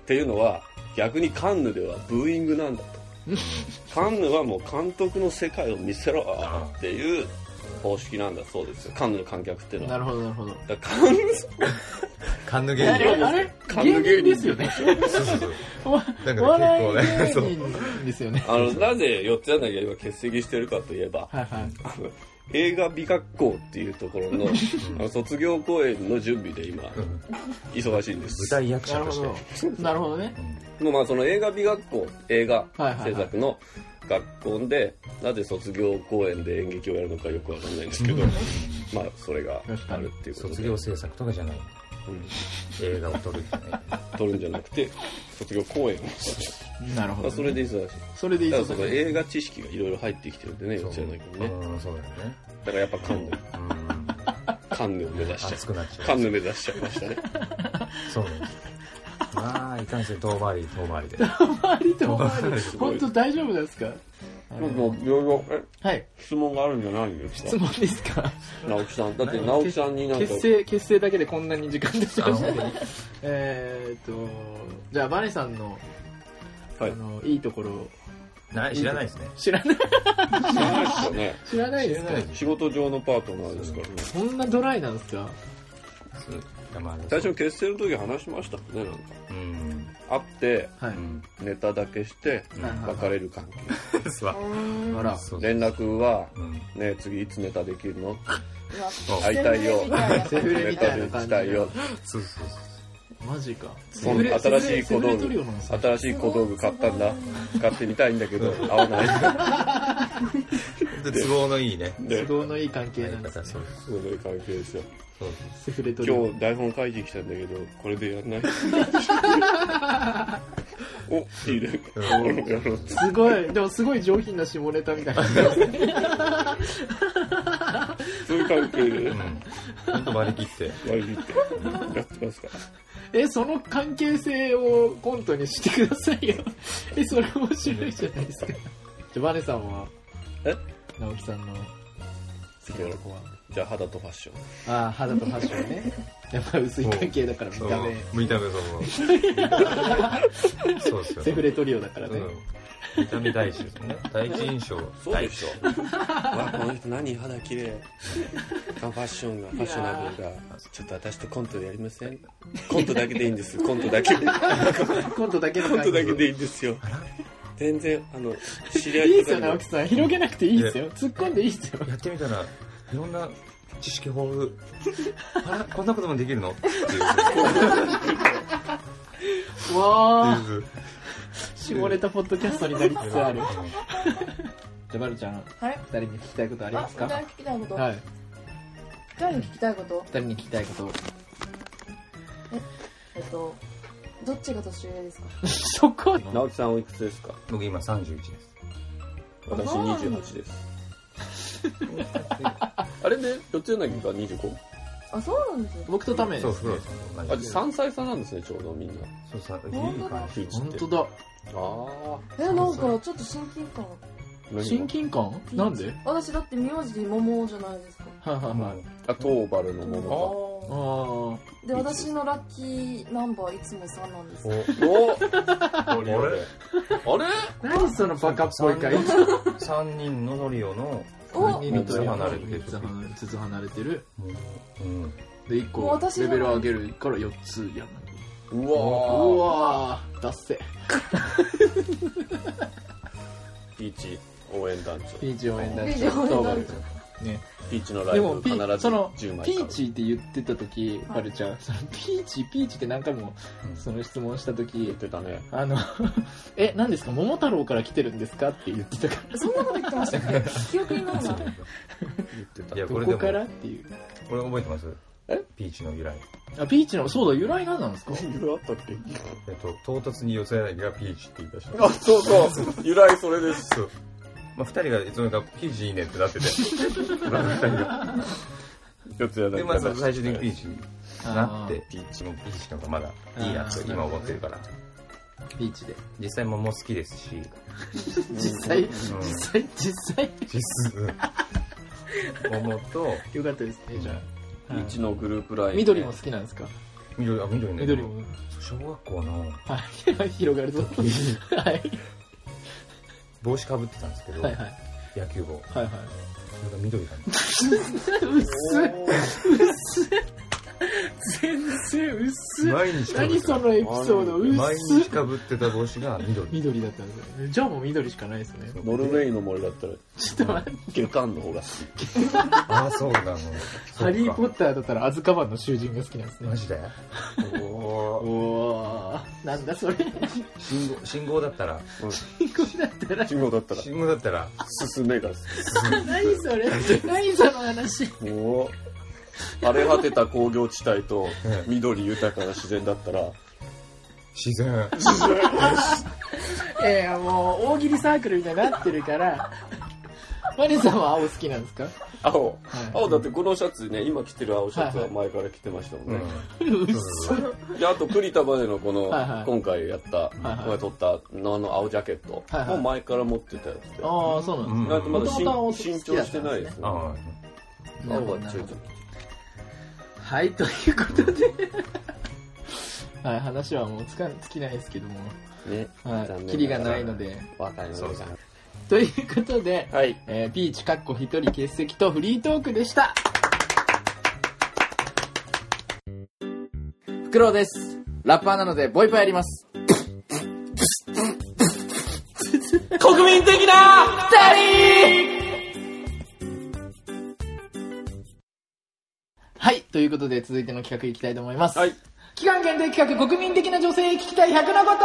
[SPEAKER 3] ていうのは、逆にカンヌではブーイングなんだ と。カンヌはもう監督の世界を見せろっていう方式なんだそうですよ。カンヌの観客っていうの
[SPEAKER 1] な
[SPEAKER 3] は。
[SPEAKER 1] るほどなるほど
[SPEAKER 3] だからカンヌ、
[SPEAKER 2] カンヌ
[SPEAKER 1] あ
[SPEAKER 2] 芸
[SPEAKER 1] れ
[SPEAKER 2] 人
[SPEAKER 1] あれ
[SPEAKER 3] カン
[SPEAKER 1] 芸
[SPEAKER 3] ヌ芸人
[SPEAKER 1] 人ですよね
[SPEAKER 2] そうそうそう
[SPEAKER 1] おお
[SPEAKER 2] だから
[SPEAKER 1] 笑い
[SPEAKER 2] 結構ね
[SPEAKER 1] 芸人ですよね
[SPEAKER 3] あの、なぜ四つ柳が今欠席してるかといえば、
[SPEAKER 1] はいはい
[SPEAKER 3] あの映画美学校っていうところ のあの卒業公演の準備で今、
[SPEAKER 2] ん
[SPEAKER 3] 忙しいんです。
[SPEAKER 2] 舞台役
[SPEAKER 1] な
[SPEAKER 2] 者
[SPEAKER 1] る
[SPEAKER 2] とし
[SPEAKER 1] ほ
[SPEAKER 2] て
[SPEAKER 1] どなるほどね
[SPEAKER 3] のまあその映画美学校映画
[SPEAKER 1] はいはいはい
[SPEAKER 3] 制作の学校でなぜ卒業公演で演劇をやるのかよくわかんないんですけどまあそれが
[SPEAKER 1] 確か
[SPEAKER 3] あ
[SPEAKER 1] に
[SPEAKER 3] るっていうこと
[SPEAKER 2] 卒
[SPEAKER 3] で
[SPEAKER 2] 業制作とかじゃない映画を撮るじゃない
[SPEAKER 3] 撮るんじゃなくて卒業公演を、
[SPEAKER 1] なるほ
[SPEAKER 3] ま
[SPEAKER 1] ど
[SPEAKER 3] あ、それで忙しい
[SPEAKER 1] それでいい
[SPEAKER 3] だか
[SPEAKER 1] で
[SPEAKER 3] ら
[SPEAKER 1] す
[SPEAKER 3] その
[SPEAKER 1] ね
[SPEAKER 3] 映画知識がいろいろ入ってきてるんでね四谷だけどね
[SPEAKER 2] うんそうだよね
[SPEAKER 3] だからやっぱカンヌ
[SPEAKER 2] うん
[SPEAKER 3] カンヌを目指しちゃ
[SPEAKER 2] 熱くなっち
[SPEAKER 3] う
[SPEAKER 2] ゃ
[SPEAKER 3] カ
[SPEAKER 2] う
[SPEAKER 3] ンヌ目指しちゃいましたね
[SPEAKER 2] そうねまあいかんせん遠回り遠回りで
[SPEAKER 1] 周り と周り
[SPEAKER 3] ごい
[SPEAKER 1] 本当大丈夫なんですか
[SPEAKER 3] もういろいろえ
[SPEAKER 1] はい
[SPEAKER 3] 質問があるんじゃないんです
[SPEAKER 1] 質
[SPEAKER 3] か
[SPEAKER 1] 問ですか
[SPEAKER 3] 直樹さんだって直樹さんになんか
[SPEAKER 1] 結成結成だけでこんなに時間出しました
[SPEAKER 2] あ
[SPEAKER 1] ねえーっとじゃあバネさんの
[SPEAKER 3] はい
[SPEAKER 1] あのいいところを
[SPEAKER 2] ない知らないですね
[SPEAKER 1] 知らない
[SPEAKER 3] 知らないですよね
[SPEAKER 1] 知らないですね
[SPEAKER 3] 仕事上のパートナーですからね
[SPEAKER 1] そんなドライなんですか
[SPEAKER 2] たまに
[SPEAKER 3] 最初結成の時話しましたもんねなんか
[SPEAKER 2] うん
[SPEAKER 3] 会って
[SPEAKER 1] はい
[SPEAKER 2] うん
[SPEAKER 3] ネタだけして別れる関
[SPEAKER 2] すわ
[SPEAKER 1] あら
[SPEAKER 2] そ
[SPEAKER 3] 係連
[SPEAKER 2] う
[SPEAKER 3] 絡は
[SPEAKER 2] うん
[SPEAKER 3] 「ねえ次いつネタできるの
[SPEAKER 2] そう
[SPEAKER 3] 会いたいよ
[SPEAKER 1] セフレ
[SPEAKER 3] ネ
[SPEAKER 1] みた
[SPEAKER 3] タ
[SPEAKER 1] いな
[SPEAKER 3] で
[SPEAKER 1] 感
[SPEAKER 3] し
[SPEAKER 1] じ
[SPEAKER 3] たいよ
[SPEAKER 2] そうそうそう
[SPEAKER 1] マジか
[SPEAKER 3] その新しい
[SPEAKER 1] セ
[SPEAKER 3] 小道
[SPEAKER 1] フレトリオなん
[SPEAKER 3] 具
[SPEAKER 1] ですね
[SPEAKER 3] 新しい小道具買ったんだ買ってみたいんだけど合わない
[SPEAKER 2] で都合のいいね
[SPEAKER 3] で
[SPEAKER 1] 都合のいい関係
[SPEAKER 2] や
[SPEAKER 1] な
[SPEAKER 2] り
[SPEAKER 1] んです
[SPEAKER 2] 方そう
[SPEAKER 3] そういう関係ですよ
[SPEAKER 2] そう
[SPEAKER 1] セフレトリオ
[SPEAKER 3] 今日台本会議来たんだけどこれでやんないおいいね 俺もやろう
[SPEAKER 1] すごいでもすごい上品な下ネタみたいな
[SPEAKER 3] そういう関係で
[SPEAKER 2] うん本当割り切って
[SPEAKER 3] 割り切ってやってますから
[SPEAKER 1] えその関係性をコントにしてくださいよえそれ面白いじゃないですかじゃあバネさんは
[SPEAKER 3] え
[SPEAKER 1] 直樹さんの好きなとこは
[SPEAKER 3] じゃあ肌とファッション
[SPEAKER 1] ああ肌とファッションね やっぱ薄い関係だから見
[SPEAKER 2] そう
[SPEAKER 1] た目
[SPEAKER 2] 見た 目そうそうですよ
[SPEAKER 1] セフレトリオだからね、
[SPEAKER 2] うん、見た目第一ですね第一印象
[SPEAKER 3] そうでしょわこの人何肌綺麗あファッションがファッショナブルがちょっと私とコントやりませんコントだけでいいんです コントだけコ
[SPEAKER 1] コントだけの関
[SPEAKER 3] ン
[SPEAKER 1] 係
[SPEAKER 3] トだけでいいんですよ全然あの知り合
[SPEAKER 1] いい
[SPEAKER 3] い
[SPEAKER 1] ですよ
[SPEAKER 3] とか
[SPEAKER 1] 直
[SPEAKER 3] に
[SPEAKER 1] 樹さん広げなくていいですよ突っ込んでいいですよ
[SPEAKER 2] やってみたらいろんな知識豊富あらこんなこともできるのっていう
[SPEAKER 1] わあ
[SPEAKER 2] そういう
[SPEAKER 1] 下ネタポッドキャストになりつつあるじゃあバルちゃん
[SPEAKER 4] はい
[SPEAKER 1] 二人に聞きたいことあります
[SPEAKER 4] あ
[SPEAKER 1] か
[SPEAKER 4] 聞きたいこと、
[SPEAKER 1] はい
[SPEAKER 4] 誰に聞きたいこと
[SPEAKER 1] 二人に聞きたいこと
[SPEAKER 4] えっとどっちが年上ですか
[SPEAKER 1] そこ
[SPEAKER 3] 直樹さんおいくつですか
[SPEAKER 2] 僕今31です
[SPEAKER 3] 私
[SPEAKER 4] あまあ
[SPEAKER 3] 28です あれで四つ柳が 25?
[SPEAKER 4] あそうなんですよ
[SPEAKER 1] 僕とため
[SPEAKER 2] そ
[SPEAKER 1] で
[SPEAKER 2] う
[SPEAKER 1] す
[SPEAKER 2] そう
[SPEAKER 1] ね
[SPEAKER 2] 同じ
[SPEAKER 3] あ3歳差なんですねちょうどみんな
[SPEAKER 2] そうさいい
[SPEAKER 4] 本当だ
[SPEAKER 2] 感じ
[SPEAKER 1] 本当だ
[SPEAKER 3] あ
[SPEAKER 4] えなんかちょっと親近感
[SPEAKER 3] あ
[SPEAKER 1] 親近感なんで
[SPEAKER 4] 私だって名字桃じゃないですか
[SPEAKER 1] はいはい
[SPEAKER 2] まあ
[SPEAKER 1] はい
[SPEAKER 3] あトーバルのもの
[SPEAKER 2] あ
[SPEAKER 1] お
[SPEAKER 4] で私のラッキーナンバーいつも3なんです
[SPEAKER 3] お
[SPEAKER 4] よ
[SPEAKER 3] お
[SPEAKER 5] ノリオで
[SPEAKER 3] あれ
[SPEAKER 1] 何そのバカっぽいかい
[SPEAKER 5] 三人のノリオの
[SPEAKER 4] お
[SPEAKER 1] 二人と
[SPEAKER 5] 三つ離れてる
[SPEAKER 1] 三つ離れ三つ離れてる
[SPEAKER 5] うん
[SPEAKER 1] で1
[SPEAKER 4] もう
[SPEAKER 1] 個
[SPEAKER 4] 私
[SPEAKER 1] レ
[SPEAKER 4] の
[SPEAKER 1] ベル上げるから4つやる
[SPEAKER 3] う
[SPEAKER 1] う
[SPEAKER 3] わ
[SPEAKER 1] わーだっせ
[SPEAKER 3] ピーチ応援団長
[SPEAKER 1] ピーチ応援団
[SPEAKER 4] ピーチ応援団長
[SPEAKER 1] ね
[SPEAKER 3] ピーチのライ
[SPEAKER 1] で
[SPEAKER 3] ブ
[SPEAKER 1] もピ
[SPEAKER 3] 必ず
[SPEAKER 1] そのピ
[SPEAKER 3] 10枚買う
[SPEAKER 1] ーチって言ってた時
[SPEAKER 4] はい
[SPEAKER 1] はるちゃんそのピーチピーチって何回も
[SPEAKER 5] うん
[SPEAKER 1] その質問した
[SPEAKER 3] 言
[SPEAKER 1] 時
[SPEAKER 3] ってたね
[SPEAKER 1] あの え何ですか桃太郎から来てるんですかって言ってたから
[SPEAKER 4] そんなこと言ってましたっけ 記憶にないな
[SPEAKER 3] 言ってた
[SPEAKER 5] いやこ
[SPEAKER 1] ど
[SPEAKER 5] れでも
[SPEAKER 1] こからっていう
[SPEAKER 5] これ覚えてます
[SPEAKER 3] え
[SPEAKER 5] ピーチの由来
[SPEAKER 1] あピーチのそうだ由来何なんですか
[SPEAKER 3] いろいろあったっけ
[SPEAKER 5] えっと唐突に四つ柳がピーチって言い出した
[SPEAKER 3] あそうそう 由来それです
[SPEAKER 5] そう。まあ、二人がいつの間にかピーチいいねってなってて。 俺の二人が
[SPEAKER 3] 四つや
[SPEAKER 5] で、まあ、その最終的にピーチになって
[SPEAKER 1] あ、
[SPEAKER 5] ピーチもピーチの方がまだいいなと今思ってるから。
[SPEAKER 1] ピーチで
[SPEAKER 5] 実際桃好きですし、
[SPEAKER 1] 実際
[SPEAKER 5] うん
[SPEAKER 1] 実際実際
[SPEAKER 5] 実桃と、
[SPEAKER 1] よかったですねじゃあ
[SPEAKER 3] ピーチのグループラインで
[SPEAKER 1] 緑も好きなんですか
[SPEAKER 5] 緑、あ、緑ね。
[SPEAKER 1] 緑。も
[SPEAKER 5] 小学校の
[SPEAKER 1] はい広がるぞはい
[SPEAKER 5] 帽子かぶってたんですけど、
[SPEAKER 1] はいはい
[SPEAKER 5] 野球帽。
[SPEAKER 1] はい はい
[SPEAKER 5] それが緑 なんです。
[SPEAKER 1] 薄っ全然薄っ
[SPEAKER 5] 毎日かぶっ
[SPEAKER 1] 何
[SPEAKER 5] てた
[SPEAKER 1] そ。のエピソード
[SPEAKER 5] 毎
[SPEAKER 1] 薄
[SPEAKER 5] 日
[SPEAKER 1] っ
[SPEAKER 5] かぶってた帽子が緑。
[SPEAKER 1] 緑だったんですねじゃあもう緑しかないですね
[SPEAKER 3] ノルウェーの森だったら
[SPEAKER 1] ちょっと待って
[SPEAKER 3] 下巻の方が
[SPEAKER 5] ああ、そうなの。
[SPEAKER 1] ハリー・ポッ
[SPEAKER 5] タ
[SPEAKER 1] ターだったらアズカバンの囚人が好きなんですね
[SPEAKER 5] マジで
[SPEAKER 1] おおーなんだそれ
[SPEAKER 5] 信号、信号だったら、
[SPEAKER 1] 信号だったら
[SPEAKER 3] 信号だったら
[SPEAKER 5] 信号だったら、
[SPEAKER 3] 進めが
[SPEAKER 1] 何それ何その話
[SPEAKER 3] もう荒れ果てた工業地帯と
[SPEAKER 5] ええ
[SPEAKER 3] 緑豊かな自然だったら
[SPEAKER 5] 自然。
[SPEAKER 1] いやいやもう大喜利サークルみたいになってるからマネさんは青好きなんです か
[SPEAKER 3] 青
[SPEAKER 1] はい
[SPEAKER 3] 青だってこのシャツね今着てる青シャツは前から着てましたもんね、
[SPEAKER 5] うん。そうそうそう
[SPEAKER 3] であと栗田までのこの
[SPEAKER 1] はいはい
[SPEAKER 3] 今回やった、
[SPEAKER 1] はい
[SPEAKER 3] 今回撮ったのあの青ジャケット、
[SPEAKER 1] はいはい
[SPEAKER 3] もう前から持ってたやつで、
[SPEAKER 1] ああそうなんですね
[SPEAKER 3] なんかまだ新
[SPEAKER 1] 元々は青好き
[SPEAKER 3] 新調してないですね
[SPEAKER 5] あ
[SPEAKER 1] なる
[SPEAKER 3] 青
[SPEAKER 1] ほ
[SPEAKER 3] は
[SPEAKER 1] どな
[SPEAKER 3] ち
[SPEAKER 1] る
[SPEAKER 3] ょい
[SPEAKER 1] ほ
[SPEAKER 3] ち
[SPEAKER 1] ど
[SPEAKER 3] ょい
[SPEAKER 1] はいということではい話はもうつか尽きないですけども
[SPEAKER 3] ね
[SPEAKER 1] はいキリがないので
[SPEAKER 3] 若いの
[SPEAKER 5] そう
[SPEAKER 3] で
[SPEAKER 5] ですね
[SPEAKER 1] ということで、
[SPEAKER 3] はい
[SPEAKER 1] えーピーチかっこ一人欠席とフリートークでしたフクロウですラッパーなのでボイパやります
[SPEAKER 3] 国民的な
[SPEAKER 1] はい、ということで続いての企画いきたいと思います。
[SPEAKER 3] はい
[SPEAKER 1] 期間限定企画、国民的な女性に聞きたい100のこと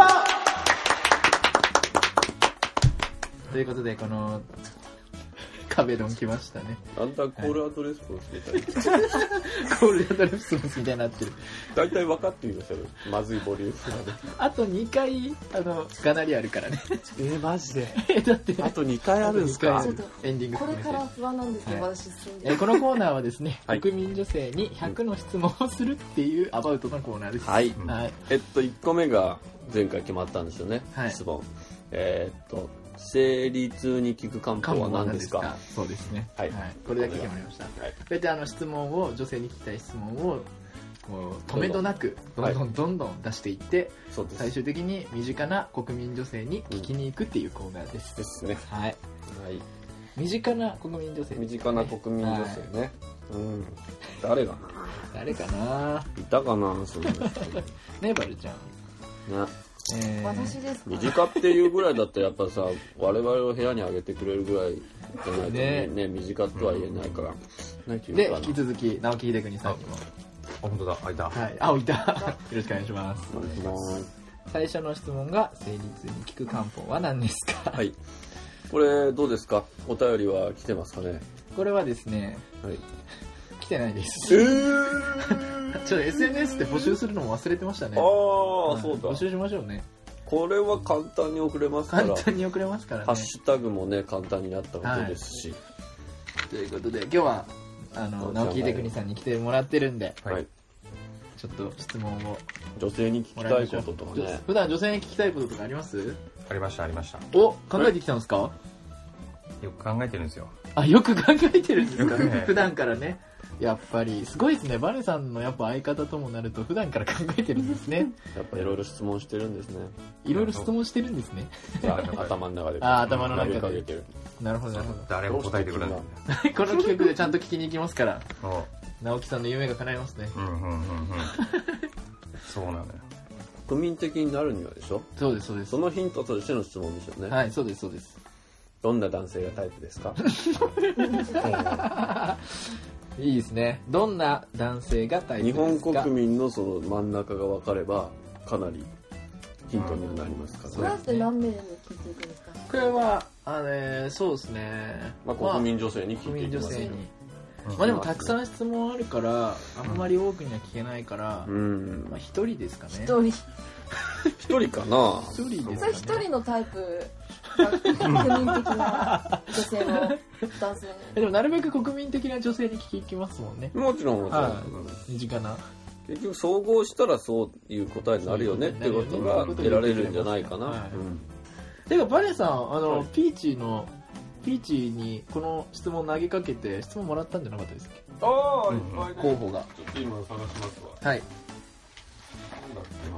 [SPEAKER 1] ということで、この、壁ドン来ましたね。
[SPEAKER 3] だんだんコールアドレスポンスみたいな
[SPEAKER 1] コールアドレスみたいになってる。
[SPEAKER 3] 大体分かっていましたよまずいボリュームがね
[SPEAKER 1] あと2回、あの、がなりあるからね。
[SPEAKER 3] えー、マジで
[SPEAKER 1] えだって、
[SPEAKER 3] あと2回あるんですか
[SPEAKER 1] あと二回エンディング
[SPEAKER 4] これ
[SPEAKER 1] 含めて
[SPEAKER 4] から不安なんですね、
[SPEAKER 1] はい
[SPEAKER 4] 私進ん
[SPEAKER 1] え
[SPEAKER 4] で
[SPEAKER 1] ーこのコーナーはですね、
[SPEAKER 3] はい
[SPEAKER 1] 国民女性に100の質問をするっていうアバウトのコーナーです。
[SPEAKER 3] はい
[SPEAKER 1] はい。
[SPEAKER 3] えっと1個目が前回決まったんですよね、
[SPEAKER 1] はい
[SPEAKER 3] 質問えーっと生理痛に効く漢
[SPEAKER 1] 漢
[SPEAKER 3] 方は
[SPEAKER 1] 方は
[SPEAKER 3] 何
[SPEAKER 1] 何
[SPEAKER 3] で
[SPEAKER 1] ですす
[SPEAKER 3] か
[SPEAKER 1] かそうですね。
[SPEAKER 3] はい
[SPEAKER 1] これだけ決まりました。
[SPEAKER 3] はい
[SPEAKER 1] そうやってあの質問を女性に聞きたい質問をこう止めどなくど
[SPEAKER 3] ど
[SPEAKER 1] ん
[SPEAKER 3] ん
[SPEAKER 1] ど
[SPEAKER 3] ど
[SPEAKER 1] んどんどん出していって
[SPEAKER 3] そうです
[SPEAKER 1] 最終的に身近な国民女性に聞きに行くっていうコーナーです、
[SPEAKER 3] ですね
[SPEAKER 1] はい
[SPEAKER 3] はい
[SPEAKER 1] 身近な国民女性
[SPEAKER 3] 身近な国民女性ね、うん誰が
[SPEAKER 1] 誰かない
[SPEAKER 3] たかなそんな 人ね
[SPEAKER 1] ねバルちゃん、えー
[SPEAKER 4] 私ですか
[SPEAKER 3] 身近っていうぐらいだったらやっぱさ我々を部屋にあげてくれるぐらいじゃないとね
[SPEAKER 1] ね
[SPEAKER 3] ね身近とは言えないから、なんてい
[SPEAKER 1] で
[SPEAKER 3] うのか
[SPEAKER 1] 引き続き直木秀邦さんにも
[SPEAKER 5] あ、本当だ、開いた。
[SPEAKER 1] はい青いた よろしくお願いします
[SPEAKER 3] ななんていうのかな
[SPEAKER 1] 最初の質問が生理痛に効く漢方は何ですか
[SPEAKER 3] はい。これ、どうですかお便りは来てますかね
[SPEAKER 1] これはですね
[SPEAKER 3] はい。
[SPEAKER 1] 来てないです
[SPEAKER 3] え
[SPEAKER 1] ちょっと SNS で募集するのも忘れてましたね
[SPEAKER 3] ああ、
[SPEAKER 1] はい
[SPEAKER 3] そうだ
[SPEAKER 1] 募。集しましょうね
[SPEAKER 3] これは簡単に送れますから、
[SPEAKER 1] 簡
[SPEAKER 3] ハ
[SPEAKER 1] 単に送れますから
[SPEAKER 3] ッ
[SPEAKER 1] ね
[SPEAKER 3] シュタグもね、簡単になったことですし。
[SPEAKER 1] ということで今日はあの
[SPEAKER 3] どうぞ
[SPEAKER 1] 直木秀邦さんに来てもらってるんで
[SPEAKER 3] はい。
[SPEAKER 1] ちょっと質問を
[SPEAKER 3] 女性に聞
[SPEAKER 1] もらいま
[SPEAKER 3] き
[SPEAKER 1] しょ
[SPEAKER 3] た
[SPEAKER 1] う
[SPEAKER 3] いこととか
[SPEAKER 1] ちょ
[SPEAKER 3] ね。
[SPEAKER 1] 普段女性に聞きたいこととかあります
[SPEAKER 5] ありました、ありました。
[SPEAKER 1] お考えてきたんですか
[SPEAKER 5] よく考えてるんですよ。
[SPEAKER 1] あよく考えてるんですか
[SPEAKER 5] よくね
[SPEAKER 1] 普段からねやっぱり、すごいですね。バネさんのやっぱ相方ともなると、普段から考えてるんですね。
[SPEAKER 3] やっぱいろいろ質問してるんですね。
[SPEAKER 1] いろいろ質問してるんですね。
[SPEAKER 3] 頭の中で。
[SPEAKER 1] あー頭の中で
[SPEAKER 3] 投げかけてる。
[SPEAKER 1] なるほど、なるほど。
[SPEAKER 5] 誰も答えてくれない。
[SPEAKER 1] この企画でちゃんと聞きに行きますから、
[SPEAKER 5] そ
[SPEAKER 1] 直樹さんの夢が叶いますね。
[SPEAKER 5] う。うんうんうんうん。そうなのよ。
[SPEAKER 3] 国民的になるにはでしょ
[SPEAKER 1] そうです、そうです
[SPEAKER 3] そ。のヒントとしての質問ですよね。
[SPEAKER 1] はい、そうです、そうです。
[SPEAKER 3] どんな男性がタイプですか
[SPEAKER 1] いいですね。どんな男性がタイプ
[SPEAKER 3] 日
[SPEAKER 1] ですか
[SPEAKER 3] 本国民のその真ん中が分かれば、かなりヒントにはなりますか
[SPEAKER 4] どう
[SPEAKER 3] ら
[SPEAKER 4] や
[SPEAKER 3] ね。
[SPEAKER 4] って何名に聞いていくんですか
[SPEAKER 1] これは、あれ、そうですね。
[SPEAKER 3] まあ国民女性に
[SPEAKER 1] 国
[SPEAKER 3] 聞
[SPEAKER 1] 民
[SPEAKER 3] いてい
[SPEAKER 1] 女
[SPEAKER 3] きます
[SPEAKER 1] 性
[SPEAKER 5] う
[SPEAKER 1] に。
[SPEAKER 3] ね
[SPEAKER 5] ん
[SPEAKER 1] まあでもたくさん質問あるから、あんまり多くには聞けないから、
[SPEAKER 3] うん
[SPEAKER 1] まあ。一人ですかね。
[SPEAKER 4] 一人。
[SPEAKER 3] 一人かな
[SPEAKER 1] 一人で
[SPEAKER 4] それ
[SPEAKER 1] すか
[SPEAKER 4] 一
[SPEAKER 1] ね。
[SPEAKER 4] 人のタイプが国民的な女性の男性。
[SPEAKER 1] えでもなるべく国民的な女性に聞き行きますもんね。
[SPEAKER 3] もちろんもちろ
[SPEAKER 1] は
[SPEAKER 3] ん。うん
[SPEAKER 1] 身近な。
[SPEAKER 3] 結局総合したらそういう答えになるよねってことが得られるんじゃないか
[SPEAKER 1] は。
[SPEAKER 3] ないうん
[SPEAKER 1] てか、バレさん、あの、
[SPEAKER 3] はい
[SPEAKER 1] ピーチの、ピーチにこの質問投げかけて、質問もらったんじゃなかったですっけ
[SPEAKER 2] あ
[SPEAKER 5] ーいっぱ
[SPEAKER 2] い
[SPEAKER 1] 候補が。
[SPEAKER 2] ちょっと今探しますわ。
[SPEAKER 1] はい。
[SPEAKER 2] なんだっけ
[SPEAKER 3] ち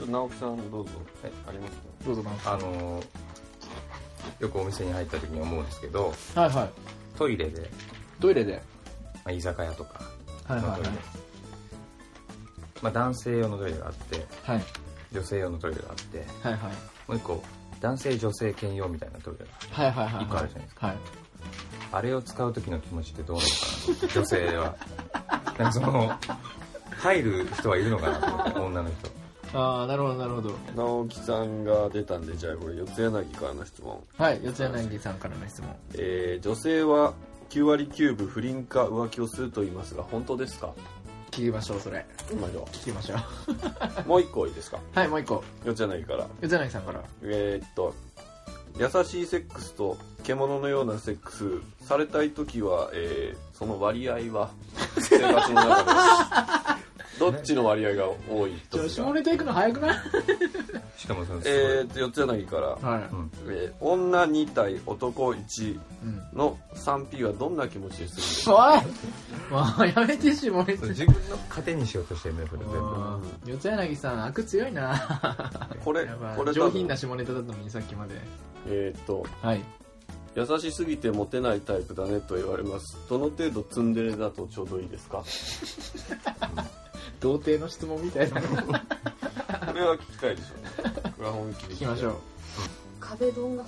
[SPEAKER 3] ょっと直樹さんどうぞ。え、ありますか
[SPEAKER 1] どうぞ、なんか。
[SPEAKER 5] あのー、よくお店に入った時に思うんですけど、
[SPEAKER 1] はいはい。
[SPEAKER 5] トイレで、
[SPEAKER 1] トイレで。
[SPEAKER 5] まあ、居酒屋とか
[SPEAKER 1] はい
[SPEAKER 5] の
[SPEAKER 1] は
[SPEAKER 5] ト
[SPEAKER 1] い
[SPEAKER 5] イレ、まあ、男性用のトイレがあって、
[SPEAKER 1] はい。はい
[SPEAKER 5] 女性用のトイレがあって、
[SPEAKER 1] はいはい。
[SPEAKER 5] もう一個、男性女性兼用みたいなトイレが
[SPEAKER 1] はいはいはい。
[SPEAKER 5] 一個あるじゃないです
[SPEAKER 1] か。はい。
[SPEAKER 5] あれを使う時の気持ちってどうなのかな女性は。なんかその、入る人はいるのかなと思って、女の人。
[SPEAKER 1] ああ、なるほどなるほど。
[SPEAKER 3] 直樹さんが出たんで、じゃあこれ、四つ柳からの質問。
[SPEAKER 1] はい、四谷柳さんからの質問。
[SPEAKER 3] えー、女性は9割9分不倫か浮気をすると言いますが、本当ですか
[SPEAKER 1] 聞きましょう、それ。
[SPEAKER 3] まあじゃ
[SPEAKER 1] 聞きましょう。
[SPEAKER 3] あもう一個いいですか
[SPEAKER 1] はい、もう一個。
[SPEAKER 3] 四つ柳から。
[SPEAKER 1] 四谷柳さんから。
[SPEAKER 3] えー、っと、優しいセックスと獣のようなセックス、されたいときは、えー、その割合 は、生活の 中で、どっちの割合が多いと
[SPEAKER 1] じゃ
[SPEAKER 3] か
[SPEAKER 1] あ、下ネタ行くの早くない
[SPEAKER 5] しかもその、すごい
[SPEAKER 3] えー、っと、四つ柳から、
[SPEAKER 1] は
[SPEAKER 5] うん。
[SPEAKER 3] えー女2対男1
[SPEAKER 1] い。うん。
[SPEAKER 3] の 3P はどんな気持ちでするんですか
[SPEAKER 1] おいもうやめてし、もう
[SPEAKER 5] それ自分の糧にしようとしてるね、これ全部。
[SPEAKER 1] 四谷柳さん、悪強いな。
[SPEAKER 3] これ
[SPEAKER 1] やばい
[SPEAKER 3] これ多
[SPEAKER 1] 上
[SPEAKER 3] 分
[SPEAKER 1] 品な下ネタだったのに、さっきまで。
[SPEAKER 3] えーっと
[SPEAKER 1] はい。
[SPEAKER 3] 優しすぎてモテないタイプだねと言われますどの程度ツンデレだとちょうどいいです か
[SPEAKER 1] 童貞の質問みた いな。聞
[SPEAKER 3] これは聞きたいでしょこれは本気で
[SPEAKER 1] きましょう。
[SPEAKER 4] 壁ドンが。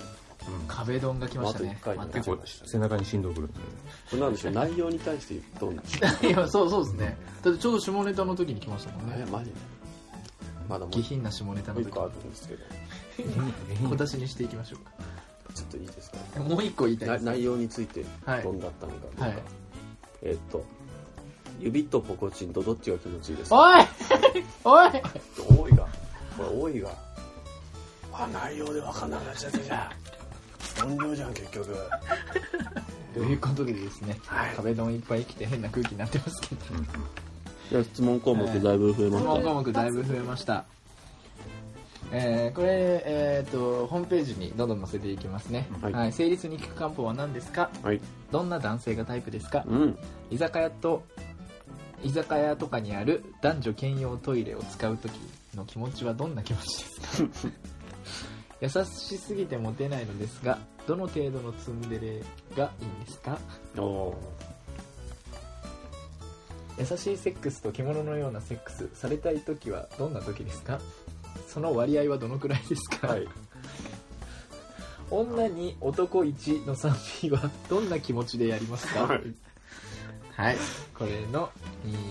[SPEAKER 1] 壁ドンが来ましたね。
[SPEAKER 3] あと一回ね
[SPEAKER 1] また
[SPEAKER 5] 結構背中に振動くるんだよね。
[SPEAKER 3] これなんでしょう内容に対して どうなんでしょ
[SPEAKER 1] いや、そうそうですね。だってちょうど下ネタの時に来ましたもん
[SPEAKER 3] うね
[SPEAKER 1] ね。
[SPEAKER 3] マジでまだもう
[SPEAKER 1] 下品な下ネタ
[SPEAKER 3] もう
[SPEAKER 1] の
[SPEAKER 3] 一個あ
[SPEAKER 1] 時。
[SPEAKER 3] るんですけど
[SPEAKER 1] 小出しにしていきましょう
[SPEAKER 3] ちょっといいですか
[SPEAKER 1] か。もう一個言いたい
[SPEAKER 3] な
[SPEAKER 1] です。
[SPEAKER 3] 内容について
[SPEAKER 1] はい
[SPEAKER 3] どんだったのかどうか、
[SPEAKER 1] はい
[SPEAKER 3] えーっと指とポコチンとどっちが気持ちいいですか
[SPEAKER 1] おい おい
[SPEAKER 3] 多いがこれ多いがあ内容で分かんなくなっちゃったじゃん音量じゃん結局
[SPEAKER 1] ということでですね、
[SPEAKER 3] はい
[SPEAKER 1] 壁ドンいっぱい来て変な空気になってますけど、
[SPEAKER 3] いや質問項目だいぶ増えま
[SPEAKER 1] 質
[SPEAKER 3] した、
[SPEAKER 1] 問項目だいぶ増えました。えーこれ、えー、とホームページにどんどん載せていきますね、
[SPEAKER 3] は
[SPEAKER 1] はいい成立に効く漢方は何ですか
[SPEAKER 3] はい
[SPEAKER 1] どんな男性がタイプですか
[SPEAKER 3] うん
[SPEAKER 1] 居酒屋と居酒屋とかにある男女兼用トイレを使う時の気持ちはどんな気持ちですか優しすぎてモテないのですがどの程度のツンデレがいいんですか
[SPEAKER 3] お
[SPEAKER 1] 優しいセックスと獣のようなセックスされたい時はどんな時ですかその割合はどのくらいですか、
[SPEAKER 3] はい
[SPEAKER 1] 女に男1の 3P はどんな気持ちでやりますか
[SPEAKER 3] は
[SPEAKER 1] はいい、これの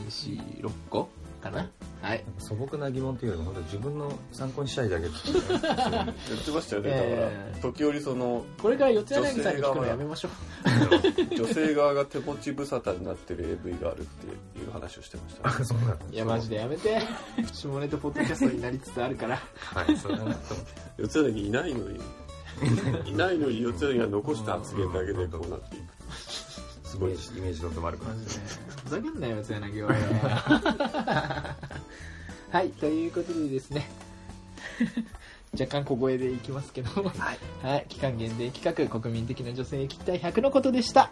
[SPEAKER 1] 246個かなはい
[SPEAKER 5] 素朴な疑問というよりも、本当自分の参考にしたいだけですよね。
[SPEAKER 3] 言ってましたよねだから、
[SPEAKER 1] えー
[SPEAKER 3] 時折その
[SPEAKER 1] これから四谷柳さんに聞くのやめましょう
[SPEAKER 3] 女性側が手持ち無沙汰になってる AV があるっていう話をしてました、
[SPEAKER 5] そうなんだ
[SPEAKER 1] いやマジでやめて下ネタポッドキャストになりつつあるから
[SPEAKER 5] はい、そうだなと思って。
[SPEAKER 3] 四つ柳いないのにいないのに四つ柳が残した発言だけでこうなっていく
[SPEAKER 5] すごいイメージどんどん悪くなる。
[SPEAKER 1] マジでふざけんなよ四谷柳 ははいということでですね 若干小声でいきますけど、
[SPEAKER 2] はい。
[SPEAKER 1] はい、期間限定企画、国民的な女性期待100のことでした。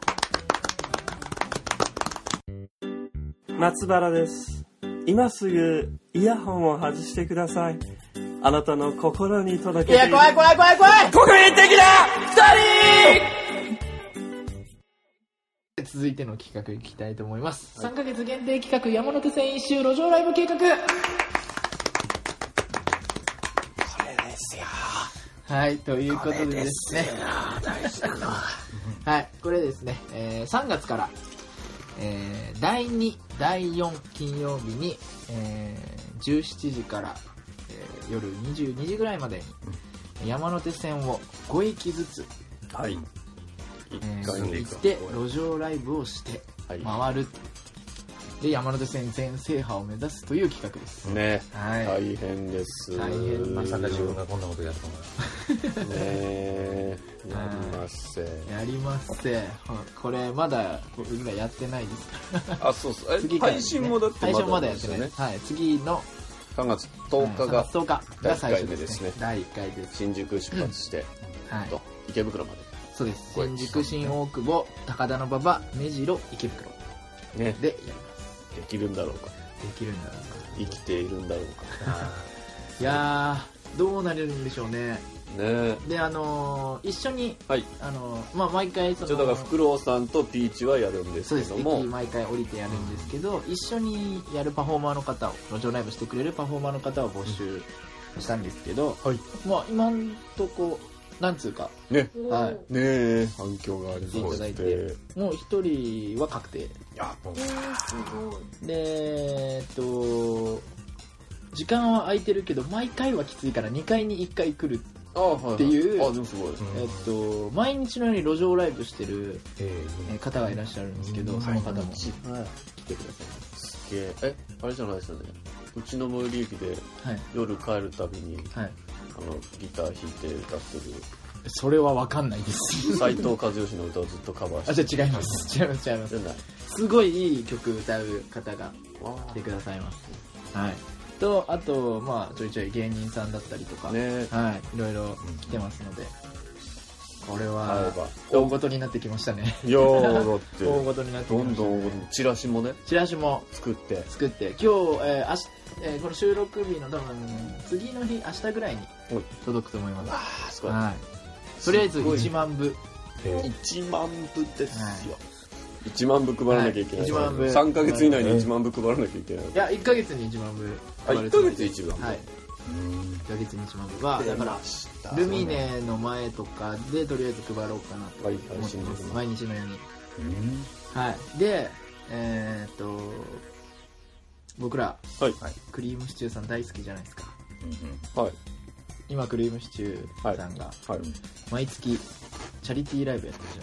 [SPEAKER 6] 松原です今すぐイヤホンを外してくださいあなたの心に届
[SPEAKER 1] い
[SPEAKER 6] けて
[SPEAKER 1] や、怖い怖い怖い怖い
[SPEAKER 6] 国民的な
[SPEAKER 1] 続いての企画いきたいと思います。3ヶ月限定企画、山手線一周路上ライブ計画
[SPEAKER 2] これですよ。
[SPEAKER 1] はい、ということでですね。はい、これですね、えー3月から、えー第2、第4金曜日に、えー17時から、えー夜22時ぐらいまでに、山手線を5駅ずつ、
[SPEAKER 3] はい。
[SPEAKER 1] えー
[SPEAKER 3] 回に
[SPEAKER 1] 行って、路上ライブをして、
[SPEAKER 3] はい
[SPEAKER 1] 回ると。で、山手線全制覇を目指すという企画です。
[SPEAKER 3] ね。
[SPEAKER 1] はい。
[SPEAKER 3] 大変です。
[SPEAKER 1] 大変
[SPEAKER 5] まさか自分
[SPEAKER 3] ね
[SPEAKER 5] がこんなことやると思う
[SPEAKER 3] え。なりません。
[SPEAKER 1] やりますって、これまだ僕らやってないです
[SPEAKER 3] あ、そうそう。え
[SPEAKER 1] 次から
[SPEAKER 3] 配
[SPEAKER 1] ですね
[SPEAKER 3] 信もだって
[SPEAKER 1] 配信もまだや
[SPEAKER 3] で
[SPEAKER 1] って
[SPEAKER 3] す
[SPEAKER 1] な
[SPEAKER 3] よ
[SPEAKER 1] いで
[SPEAKER 3] ね
[SPEAKER 1] す。。はい、次の
[SPEAKER 3] 3月10日
[SPEAKER 1] が
[SPEAKER 3] が
[SPEAKER 1] 10日が最初ですね。第
[SPEAKER 3] 第
[SPEAKER 1] 1回です。
[SPEAKER 3] 新宿出発して、
[SPEAKER 1] はい、
[SPEAKER 3] と池袋ま
[SPEAKER 1] そうです。
[SPEAKER 3] これ
[SPEAKER 1] 新宿新大久保、高田の馬場、目白、池袋
[SPEAKER 3] でね
[SPEAKER 1] でやります。
[SPEAKER 3] できるんだろうか
[SPEAKER 1] できるんだろう
[SPEAKER 3] 生きているんだろうか
[SPEAKER 1] ないやー、どうなれるんでしょうね。
[SPEAKER 3] ね
[SPEAKER 1] で、あのー、一緒に、
[SPEAKER 3] はい
[SPEAKER 1] あのー、まあ、毎回そ
[SPEAKER 3] 一
[SPEAKER 1] の、
[SPEAKER 3] 応だからフクロウさんとピーチはやるんです
[SPEAKER 1] そう
[SPEAKER 3] け
[SPEAKER 1] です
[SPEAKER 3] ど
[SPEAKER 1] 駅
[SPEAKER 3] も
[SPEAKER 1] 毎回降りてやるんですけど、一緒にやるパフォーマーの方を路上ライブしてくれるパフォーマーの方を募集したんですけど、まあ今んとこなんつうか
[SPEAKER 3] ね
[SPEAKER 4] うん
[SPEAKER 1] はい
[SPEAKER 3] ねえ反響がありまし
[SPEAKER 1] 来ていただ
[SPEAKER 3] て
[SPEAKER 1] もう一人は確定
[SPEAKER 4] えーすごい。
[SPEAKER 1] でえっと時間は空いてるけど毎回はきついから2回に1回来る、
[SPEAKER 3] あはいはい
[SPEAKER 1] っていう
[SPEAKER 3] あでもすごい
[SPEAKER 5] うん
[SPEAKER 1] えっと毎日のように路上ライブしてる
[SPEAKER 5] ええ
[SPEAKER 1] えー方がいらっしゃるんですけど、
[SPEAKER 5] うん
[SPEAKER 1] その方も
[SPEAKER 3] ち
[SPEAKER 1] 来てくださ
[SPEAKER 3] すげええあれじゃないですよねうちの最寄り駅で
[SPEAKER 1] いはい
[SPEAKER 3] 夜帰るたびに
[SPEAKER 1] はい
[SPEAKER 3] あのギター弾いて歌って
[SPEAKER 1] それは分かんないです
[SPEAKER 3] る斉藤和義の歌をずっとカバー
[SPEAKER 1] あ
[SPEAKER 3] して
[SPEAKER 1] じゃあ違います違います違います
[SPEAKER 3] じゃない
[SPEAKER 1] すごいいい曲歌う方が来てくださいますはいとあとまあちょいちょい芸人さんだったりとか、
[SPEAKER 3] ね
[SPEAKER 1] はいいろいろ来てますのでこれ
[SPEAKER 3] 会え
[SPEAKER 1] は
[SPEAKER 3] ば
[SPEAKER 1] 大ごとになってきましたね
[SPEAKER 3] いやーだって
[SPEAKER 1] 大ごとになってき
[SPEAKER 3] ど
[SPEAKER 1] ま
[SPEAKER 3] ん
[SPEAKER 1] した
[SPEAKER 3] ど
[SPEAKER 1] ね、
[SPEAKER 3] んチラシもね
[SPEAKER 1] チラシも
[SPEAKER 3] 作って
[SPEAKER 1] 作って今日、えー明日えーこの収録日の多分次の日明日ぐらいに
[SPEAKER 3] うん
[SPEAKER 1] 届くと思います、
[SPEAKER 3] ああすごい
[SPEAKER 1] はい、とりあえず1万部
[SPEAKER 3] 1万部ですよ、1万部配らなきゃいけない、
[SPEAKER 1] はい1万部
[SPEAKER 3] 3ヶ月以内に1万部配らなきゃいけない、
[SPEAKER 1] いや1ヶ月に1万部
[SPEAKER 3] あ1ヶ月1万
[SPEAKER 1] はい1ヶ月に1万部はだから
[SPEAKER 3] ら
[SPEAKER 1] ルミネの前とかでとりあえず配ろうかなと
[SPEAKER 3] はい
[SPEAKER 1] 思
[SPEAKER 3] 配
[SPEAKER 1] って
[SPEAKER 3] 信
[SPEAKER 1] ま
[SPEAKER 3] です
[SPEAKER 1] す
[SPEAKER 3] ね
[SPEAKER 1] 毎日のように
[SPEAKER 5] うん
[SPEAKER 1] はいでえーっと僕ら
[SPEAKER 3] はい
[SPEAKER 1] クリームシチューさん大好きじゃないですか
[SPEAKER 3] はい
[SPEAKER 1] 今クリームシチューさんが
[SPEAKER 3] はい
[SPEAKER 1] 毎月チャリティーライブやってるじ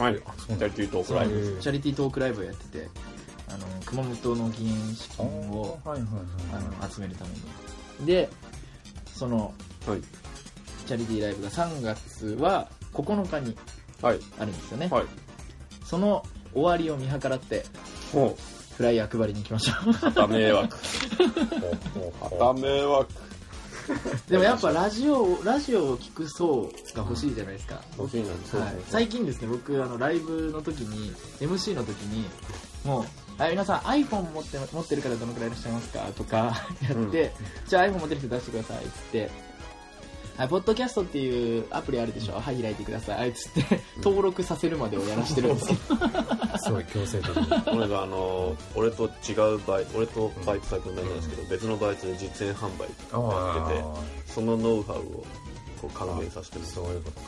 [SPEAKER 1] ゃないですか
[SPEAKER 3] はい2人というとこら
[SPEAKER 5] は
[SPEAKER 3] へ
[SPEAKER 5] い
[SPEAKER 3] ん
[SPEAKER 5] うん
[SPEAKER 1] チャリティートークライブをやっててあの熊本の議員資金を
[SPEAKER 5] はいはい
[SPEAKER 1] あ
[SPEAKER 5] はい
[SPEAKER 1] の集めるためにでその
[SPEAKER 3] はい
[SPEAKER 1] チャリティーライブが3月は9日に
[SPEAKER 3] はい
[SPEAKER 1] あるんですよね、
[SPEAKER 3] はい
[SPEAKER 1] その終わりを見計らって
[SPEAKER 3] も
[SPEAKER 1] フライヤー配りに行きましょ
[SPEAKER 3] う旗迷惑旗迷惑
[SPEAKER 1] う でもやっぱラジオラジオを聞く層が欲しいじゃないですか、
[SPEAKER 3] 欲しいなんそう
[SPEAKER 1] はい、最近ですね僕あのライブの時に MC の時にもうあ皆さん iPhone 持って持ってるからどのくらいいらっしゃいますかとか やって、
[SPEAKER 3] うん
[SPEAKER 1] じゃあ iPhone 持ってる人出してくださいっつってはい、ポッドキャストっていうアプリあるでしょ、はい、開いてください。っつって、登録させるまでをやらしてるんです けど、
[SPEAKER 5] すごい強制的に
[SPEAKER 3] これがあの俺と違うバイト俺とバイト先同じなんですけど、別のバイトで実演販売やってて
[SPEAKER 5] あ
[SPEAKER 3] そのノウハウをこう還元させて
[SPEAKER 5] あ
[SPEAKER 3] ます
[SPEAKER 5] そういうことか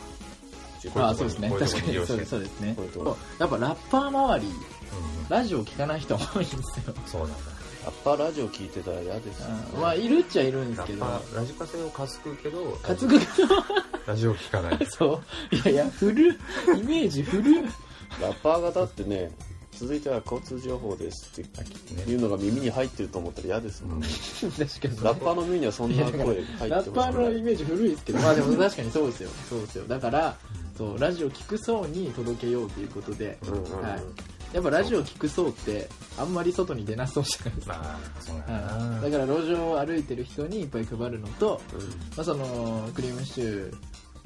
[SPEAKER 3] 自分
[SPEAKER 1] あ
[SPEAKER 3] の
[SPEAKER 1] あそうですね、
[SPEAKER 5] こういう
[SPEAKER 1] 確
[SPEAKER 5] とこ
[SPEAKER 1] か
[SPEAKER 5] に利用
[SPEAKER 1] にそう
[SPEAKER 5] して
[SPEAKER 1] ですそうですね
[SPEAKER 3] こういうとこ
[SPEAKER 1] そうやっぱラッパー周り、
[SPEAKER 5] うんうん
[SPEAKER 1] ラジオ聞かない人多いんですよ。
[SPEAKER 5] そうなんだ
[SPEAKER 3] やっぱラジオ聞いてたら嫌ですよね
[SPEAKER 1] うんまあ、いるっちゃいるんです
[SPEAKER 5] ラ
[SPEAKER 1] け
[SPEAKER 5] ッ
[SPEAKER 1] ど、
[SPEAKER 5] パーラジカセを担ぐけど
[SPEAKER 1] 担ぐけど、
[SPEAKER 5] ラジオ聞かない
[SPEAKER 1] そう。いやいや、古っイメージ古っ
[SPEAKER 3] ラッパーがだってね続いては交通情報ですってい
[SPEAKER 5] ね
[SPEAKER 3] うのが耳に入ってると思ったら嫌ですもん、ね
[SPEAKER 1] 確か
[SPEAKER 3] ラッパーの耳にはそんな声入ってほ
[SPEAKER 1] に。
[SPEAKER 3] し
[SPEAKER 1] ラ
[SPEAKER 3] く
[SPEAKER 1] ッパー
[SPEAKER 3] な
[SPEAKER 1] の
[SPEAKER 3] い
[SPEAKER 1] イメージ古いですけど、まあでも確かにそうですよ。そうですよ。だから、そう、ラジオ聞く層に届けようということで、
[SPEAKER 3] うんうんうん
[SPEAKER 1] はい。やっぱラジオ聞く層ってあんまり外に出なそうじゃないです か、
[SPEAKER 5] まあそうなんだ
[SPEAKER 1] うん
[SPEAKER 5] な
[SPEAKER 1] だから路上を歩いてる人にいっぱい配るのと、まあ、そのクリームシチュ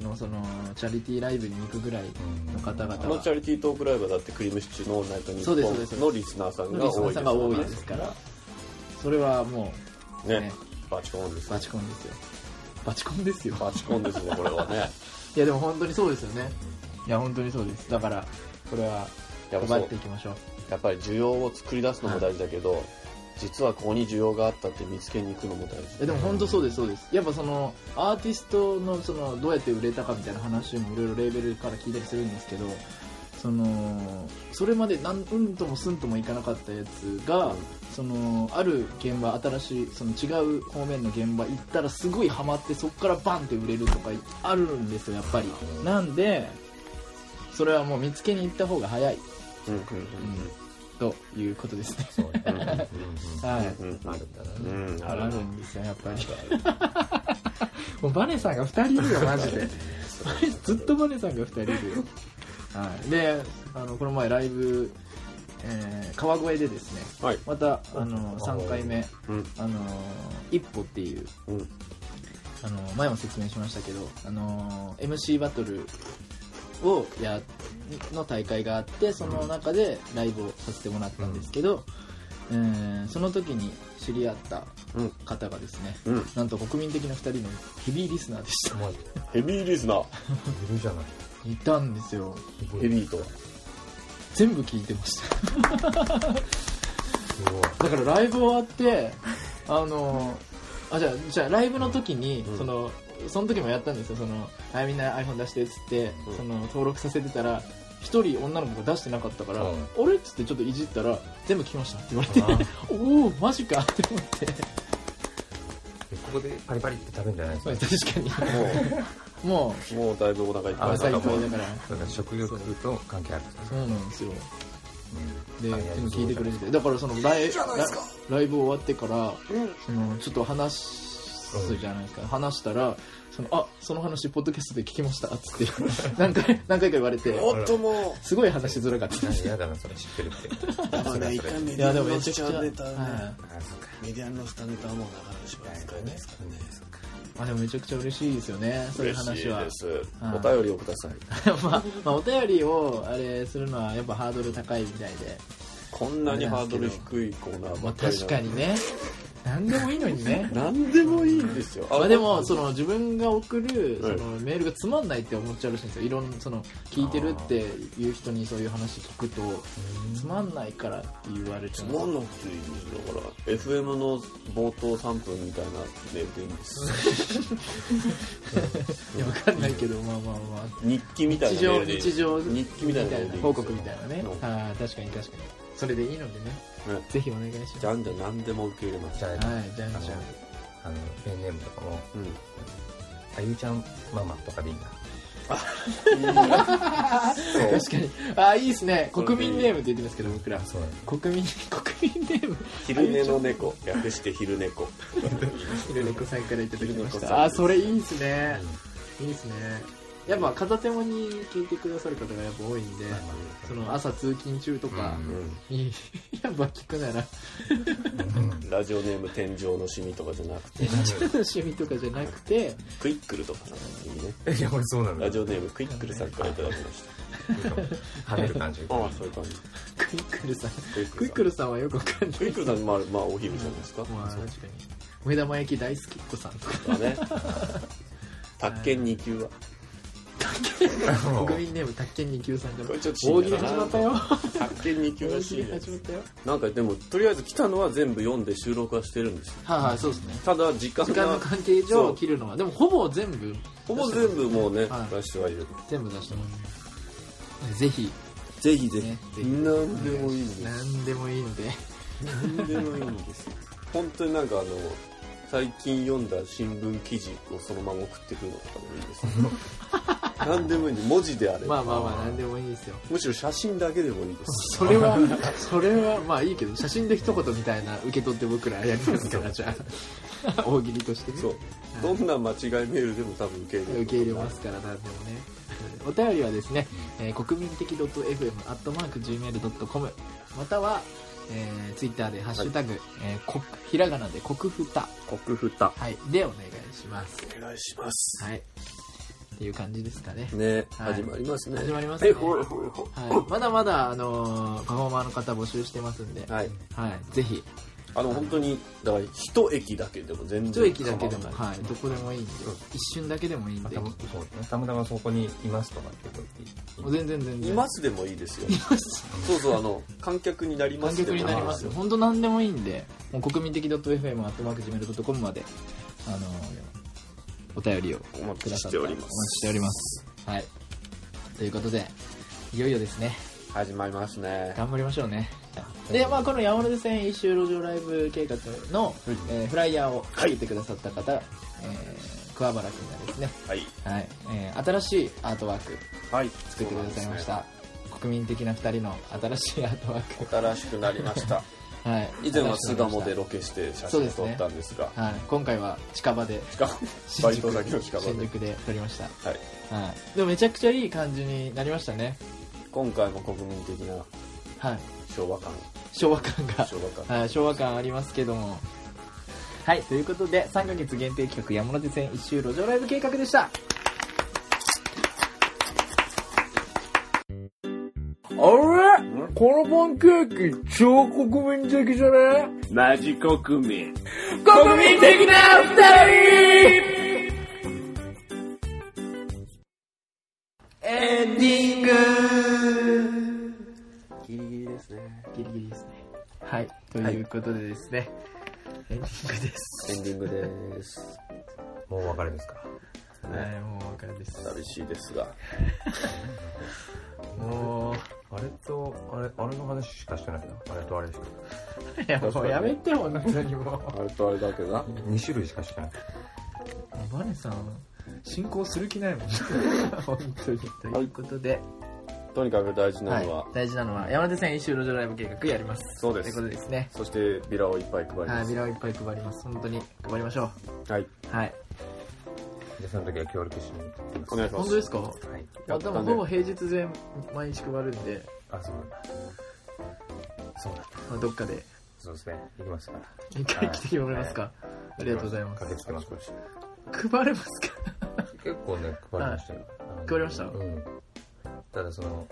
[SPEAKER 1] ーのそのチャリティーライブに行くぐらいの方々
[SPEAKER 3] あの
[SPEAKER 1] は
[SPEAKER 3] チャリティートークライブはだってクリームシチューのオールナイトニ
[SPEAKER 1] そうですそうで
[SPEAKER 3] ッポ
[SPEAKER 1] す
[SPEAKER 3] ンのリスナーさん
[SPEAKER 1] のリ
[SPEAKER 3] が
[SPEAKER 1] スナ
[SPEAKER 3] 多い
[SPEAKER 1] ーさんが多いですからそれはも
[SPEAKER 3] ね
[SPEAKER 1] ね
[SPEAKER 3] バチコンです
[SPEAKER 1] うバチコンですよバチコンですよ
[SPEAKER 3] バチコンですねこれはね
[SPEAKER 1] いやでも本当にそうですよねいや本当にそうですだからこれは
[SPEAKER 3] やっぱそ
[SPEAKER 1] 配っ
[SPEAKER 3] う
[SPEAKER 1] ていきましょう
[SPEAKER 3] やっぱり需要を作り出すのも大事だけど、実はここに需要があったって見つけに行くのも大
[SPEAKER 1] え
[SPEAKER 3] 事
[SPEAKER 1] でも本当そうですそうですやっぱそのアーティストのそのどうやって売れたかみたいな話もいろいろレーベルから聞いたりするんですけどそのそれまでなんうんともすんともいかなかったやつが、
[SPEAKER 3] うん
[SPEAKER 1] そのある現場新しいその違う方面の現場行ったらすごいハマってそこからバンって売れるとかあるんですよやっぱりなんでそれはもう見つけに行った方が早い、
[SPEAKER 3] うんうん
[SPEAKER 1] ということですね
[SPEAKER 5] そうねうんうんうん
[SPEAKER 1] はい
[SPEAKER 3] うんうん
[SPEAKER 5] あるんだな
[SPEAKER 3] うんうん
[SPEAKER 1] あ
[SPEAKER 3] あ
[SPEAKER 1] る
[SPEAKER 3] る
[SPEAKER 1] んですよやっぱり もうバネさんが2人いるよマジで ずっとバネさんが2人いるよ、はい、であのこの前ライブ、えー川越でですね
[SPEAKER 3] はい
[SPEAKER 1] またあの3回目
[SPEAKER 3] うん
[SPEAKER 1] あの一歩っていう
[SPEAKER 3] うん
[SPEAKER 1] あの前も説明しましたけどあの MC バトルをやの大会があってその中でライブをさせてもらったんですけど、えーその時に知り合った
[SPEAKER 3] うん
[SPEAKER 1] 方がですね
[SPEAKER 3] うん
[SPEAKER 1] なんと国民的な2人のヘビーリスナーでした
[SPEAKER 5] まあい
[SPEAKER 3] ヘビーリスナー
[SPEAKER 5] るじゃない
[SPEAKER 1] いたんですよ
[SPEAKER 3] ヘビーとは
[SPEAKER 1] 全部聞いてました
[SPEAKER 5] すごい
[SPEAKER 1] だからライブ終わ ってあのあじゃあじゃあライブの時に、
[SPEAKER 3] うん
[SPEAKER 1] そのその時もやったんですよそのあみんな iPhone 出してっつって、
[SPEAKER 3] うん
[SPEAKER 1] その登録させてたら一人女の子が出してなかったから「
[SPEAKER 5] うん
[SPEAKER 1] あれ?」っつってちょっといじったら「全部聞きました」って言われて「 おおマジか」って思って
[SPEAKER 5] でここでパリパリって食べるんじゃないです
[SPEAKER 1] ま
[SPEAKER 5] か
[SPEAKER 1] あ確か
[SPEAKER 3] も
[SPEAKER 1] にも
[SPEAKER 3] うもうだいぶお腹いっ
[SPEAKER 1] う
[SPEAKER 3] ぱ
[SPEAKER 5] あ
[SPEAKER 1] お
[SPEAKER 3] い
[SPEAKER 1] 腹い
[SPEAKER 3] だ
[SPEAKER 1] っ
[SPEAKER 3] か
[SPEAKER 1] ぱい
[SPEAKER 3] ら
[SPEAKER 1] だから
[SPEAKER 5] だから食欲と関係ある
[SPEAKER 1] そうなんですよ
[SPEAKER 5] う
[SPEAKER 1] で
[SPEAKER 5] ん
[SPEAKER 1] 全
[SPEAKER 5] あ
[SPEAKER 1] 部聞いてくれててだからそのライラライブ終わってから、そのちょっと話すじゃないですか、話したらそのあその話ポッドキャストで聞きましたっつって 何回何回か言われて
[SPEAKER 2] おっとも
[SPEAKER 1] すごい話しづらかった
[SPEAKER 5] なんか嫌だなそれ知ってるって
[SPEAKER 2] う、まだいかメ
[SPEAKER 1] い
[SPEAKER 2] ディ
[SPEAKER 1] や
[SPEAKER 2] ア
[SPEAKER 1] でも
[SPEAKER 2] の
[SPEAKER 1] めちゃくちゃ、
[SPEAKER 2] 下ネタはね
[SPEAKER 1] は
[SPEAKER 5] あそっか
[SPEAKER 2] メディアの下ネタはもうなかなかしばらく使えないですからね。
[SPEAKER 1] い、あでもめちゃくちゃ嬉しいですよねそういう
[SPEAKER 3] 嬉しい
[SPEAKER 1] 話は
[SPEAKER 3] です
[SPEAKER 1] はい
[SPEAKER 3] お便りをください
[SPEAKER 1] まあ、まあ、お便りをあれするのはやっぱハードル高いみたいで
[SPEAKER 3] こんなにハードル低いコーナー
[SPEAKER 1] ま
[SPEAKER 3] ば
[SPEAKER 1] あ
[SPEAKER 3] っかり
[SPEAKER 1] 確かにね何でもいいのにね
[SPEAKER 3] 何でもいいんですよ
[SPEAKER 1] まあでもその自分が送るそ
[SPEAKER 3] はい
[SPEAKER 1] のメールがつまんないって思っちゃうらしいんですよいろんなその聞いてるっていう人にそういう話聞くとつまんないからって言われちゃ
[SPEAKER 3] つ
[SPEAKER 1] う
[SPEAKER 3] まんなくていいですだから FM の冒頭3分みたいなメールでいいんです
[SPEAKER 1] いやわかんないけどまあまあまあ
[SPEAKER 3] 日記みたい
[SPEAKER 1] 日
[SPEAKER 3] なメー
[SPEAKER 1] 常
[SPEAKER 3] ルでいい
[SPEAKER 1] 日常
[SPEAKER 3] 日記みたいなメールでいいです
[SPEAKER 1] 報告みたいなね
[SPEAKER 3] うん
[SPEAKER 1] はい確かに確かにそれでいいのでね
[SPEAKER 3] うん
[SPEAKER 1] ぜひお願いします
[SPEAKER 3] じゃんじゃん何でも受け入れます
[SPEAKER 5] じゃあ、
[SPEAKER 1] はいじゃん
[SPEAKER 5] あの
[SPEAKER 1] じゃん
[SPEAKER 5] あのペンネームとかも
[SPEAKER 3] うん
[SPEAKER 5] あゆちゃんママとかでいいんだ
[SPEAKER 1] 確かにあいいですね国民ネームって言ってますけど僕ら
[SPEAKER 5] そうなんです
[SPEAKER 1] 国民 国民ネーム
[SPEAKER 3] 昼寝の猫略して昼猫
[SPEAKER 1] 昼猫さんからいただきまし
[SPEAKER 3] 昼猫さん
[SPEAKER 1] たあそれいいですねいいですねやっぱ片手間に聞いてくださる方がやっぱ多いんでその朝通勤中とかにやっぱ聞くなら
[SPEAKER 3] ラジオネーム天井のシミとかじゃなくて
[SPEAKER 1] 趣味とかじゃなくて
[SPEAKER 3] クイックルとかさいいね
[SPEAKER 5] いや俺そうなんだ
[SPEAKER 3] ラジオネームクイックルさんからいただきまし
[SPEAKER 5] 跳ねる感じ
[SPEAKER 3] たああそういう感じ
[SPEAKER 1] クイックルさん
[SPEAKER 3] クイッ
[SPEAKER 1] クイックルさんはよくわかんない
[SPEAKER 3] クイックルさんまあまあお昼じゃないですか
[SPEAKER 1] まあ確かに目玉焼き大好きっ子さんとか
[SPEAKER 3] だね宅建2級は
[SPEAKER 1] 国民ネーム宅建二級さん
[SPEAKER 3] こ
[SPEAKER 1] から
[SPEAKER 3] れちょっと
[SPEAKER 1] 大喜利始まったよ
[SPEAKER 3] 宅建2級
[SPEAKER 1] 大
[SPEAKER 3] ら
[SPEAKER 1] 喜
[SPEAKER 3] しい
[SPEAKER 1] 利
[SPEAKER 3] ね
[SPEAKER 1] 始まったよ
[SPEAKER 3] なんかでもとりあえず来たのは全部読んで収録はしてるんですよ
[SPEAKER 1] はいはいそうですね
[SPEAKER 3] ただ時間
[SPEAKER 1] 時間の
[SPEAKER 3] が
[SPEAKER 1] 関係
[SPEAKER 3] そ
[SPEAKER 1] 上
[SPEAKER 3] う
[SPEAKER 1] 切るのはでもほぼ全部
[SPEAKER 3] ほぼ全部もうね
[SPEAKER 1] はい
[SPEAKER 3] 出してはいる
[SPEAKER 1] 全部出してますぜひ
[SPEAKER 3] ぜひぜ
[SPEAKER 1] ねぜひ
[SPEAKER 3] 何でもいいんです
[SPEAKER 1] 何でもいいので
[SPEAKER 3] 何でもいいんですよ本当になんかあの最近読んだ新聞記事をそのまま送ってくるのとかでもいいですよ何でもいいんで文字であれば
[SPEAKER 1] まあまあまあ何でもいいですよ
[SPEAKER 3] むしろ写真だけでもいいです
[SPEAKER 1] それはそれはまあいいけど写真で一言みたいな受け取って僕らやりますからじゃあ大喜利としてね
[SPEAKER 3] そうどんな間違いメールでも多分受け入れ
[SPEAKER 1] 受
[SPEAKER 3] る
[SPEAKER 1] け入れますから何でもねお便りはですね、えー国民的 .fm アットマーク Gmail.com または、えー、ツイッターで「ハッシュタグ、えーこひらがなで国ふた
[SPEAKER 7] 国府た」
[SPEAKER 1] はい、でお願いします
[SPEAKER 3] お願いします
[SPEAKER 1] はいっていう感じですかね
[SPEAKER 3] ね、
[SPEAKER 1] はい
[SPEAKER 3] 始まりますね
[SPEAKER 1] 始まりますね
[SPEAKER 3] えほいほいほ
[SPEAKER 1] はい、まだまだ、あのーパフォーマーの方募集してますんで
[SPEAKER 3] い、、はい、
[SPEAKER 1] はい、ぜひ
[SPEAKER 3] あの本当にだから一駅だけでも全然
[SPEAKER 1] 一駅だけでも、
[SPEAKER 3] 構わない
[SPEAKER 1] はい、どこでもいいんで
[SPEAKER 2] そう
[SPEAKER 1] 一瞬だけでもいいん
[SPEAKER 2] まあ
[SPEAKER 1] で
[SPEAKER 2] た
[SPEAKER 1] も
[SPEAKER 2] まそうねたまたまそこにいますとかって言っていいう
[SPEAKER 1] 全然全然
[SPEAKER 3] いますでもいいですよ
[SPEAKER 1] います
[SPEAKER 3] そうそうあの観客になりま
[SPEAKER 1] 観
[SPEAKER 3] すで
[SPEAKER 1] 客
[SPEAKER 3] も
[SPEAKER 1] に
[SPEAKER 3] いい
[SPEAKER 1] なりますよ。本当なんでもいいんで、もう国民的 .fm アットマークジメルドットコムまで、あのお便りを
[SPEAKER 3] お待
[SPEAKER 1] くだ
[SPEAKER 3] ち
[SPEAKER 1] さ
[SPEAKER 3] し
[SPEAKER 1] って
[SPEAKER 3] て
[SPEAKER 1] お
[SPEAKER 3] お
[SPEAKER 1] り
[SPEAKER 3] り
[SPEAKER 1] ま。
[SPEAKER 3] ますす
[SPEAKER 1] おります。はい。ということで、いよいよですね、
[SPEAKER 3] 始まりますね
[SPEAKER 1] 頑張りましょうね。で、まあ、この山手線一周路上ライブ計画の、えーフライヤーを書いてくださった方、えー桑原君がですね、
[SPEAKER 3] はい
[SPEAKER 1] はい、えー新しいアートワーク
[SPEAKER 3] はい
[SPEAKER 1] 作ってくださいました。国民的な二人の新しいアートワー
[SPEAKER 3] 新しくなりました
[SPEAKER 1] ク。はい。
[SPEAKER 3] 以前は巣鴨でロケして写真を撮ったんですが
[SPEAKER 1] はい、今回は近場で
[SPEAKER 3] バイト先の近場
[SPEAKER 1] 新
[SPEAKER 3] で、
[SPEAKER 1] 宿で撮りました、
[SPEAKER 3] はい、
[SPEAKER 1] はい、でもめちゃくちゃいい感じになりましたね
[SPEAKER 3] 今回も国民的な
[SPEAKER 1] はい
[SPEAKER 3] 昭和感
[SPEAKER 1] 昭和感が
[SPEAKER 3] 昭和感
[SPEAKER 1] はい、昭和感ありますけどもはいということで3ヶ月限定企画山手線一周路上ライブ計画でしたあれこのパンケーキ超国民的じゃね
[SPEAKER 8] マジ国民
[SPEAKER 1] 国民的な二人エンディング
[SPEAKER 3] ギリギリですね
[SPEAKER 1] ギリギリですねはいということでですね、エンディングです
[SPEAKER 3] エンディングです
[SPEAKER 2] もうお別れですか
[SPEAKER 1] はいもうお別れです
[SPEAKER 3] 寂しいですが
[SPEAKER 1] も
[SPEAKER 2] あれとあれあれの話しかしてないなあれとあれしか
[SPEAKER 1] ういやもうやめても本当にも
[SPEAKER 3] あれとあれだけどな
[SPEAKER 2] 2種類しかしてないう
[SPEAKER 1] バネさん進行する気ないもん 本当にということで、
[SPEAKER 3] とにかく大事なのは、
[SPEAKER 1] 大事なのは山手線一周路上ライブ計画やります
[SPEAKER 3] そうで
[SPEAKER 1] という
[SPEAKER 3] す
[SPEAKER 1] ことですね
[SPEAKER 3] そしてビラをいっぱい配り
[SPEAKER 1] は
[SPEAKER 3] ま
[SPEAKER 1] い
[SPEAKER 3] す
[SPEAKER 1] ビラをいっぱい配ります本当に配りましょ
[SPEAKER 3] はい、
[SPEAKER 1] うはい
[SPEAKER 2] でその時は協力しに行ってきます
[SPEAKER 3] お願いしま
[SPEAKER 1] 本
[SPEAKER 3] す
[SPEAKER 1] 当ですか
[SPEAKER 2] はい
[SPEAKER 1] あでもほぼ平日で毎日配るんで、
[SPEAKER 2] あそうなんだそうなんだ
[SPEAKER 1] まあ、どっかで
[SPEAKER 2] そうですね行きますから
[SPEAKER 1] 一回来てもらえますか、ありがとうございます
[SPEAKER 2] 駆けつけます結
[SPEAKER 1] 配れますか
[SPEAKER 2] 構ね配りましたよ、あの
[SPEAKER 1] 配りました
[SPEAKER 2] うんただその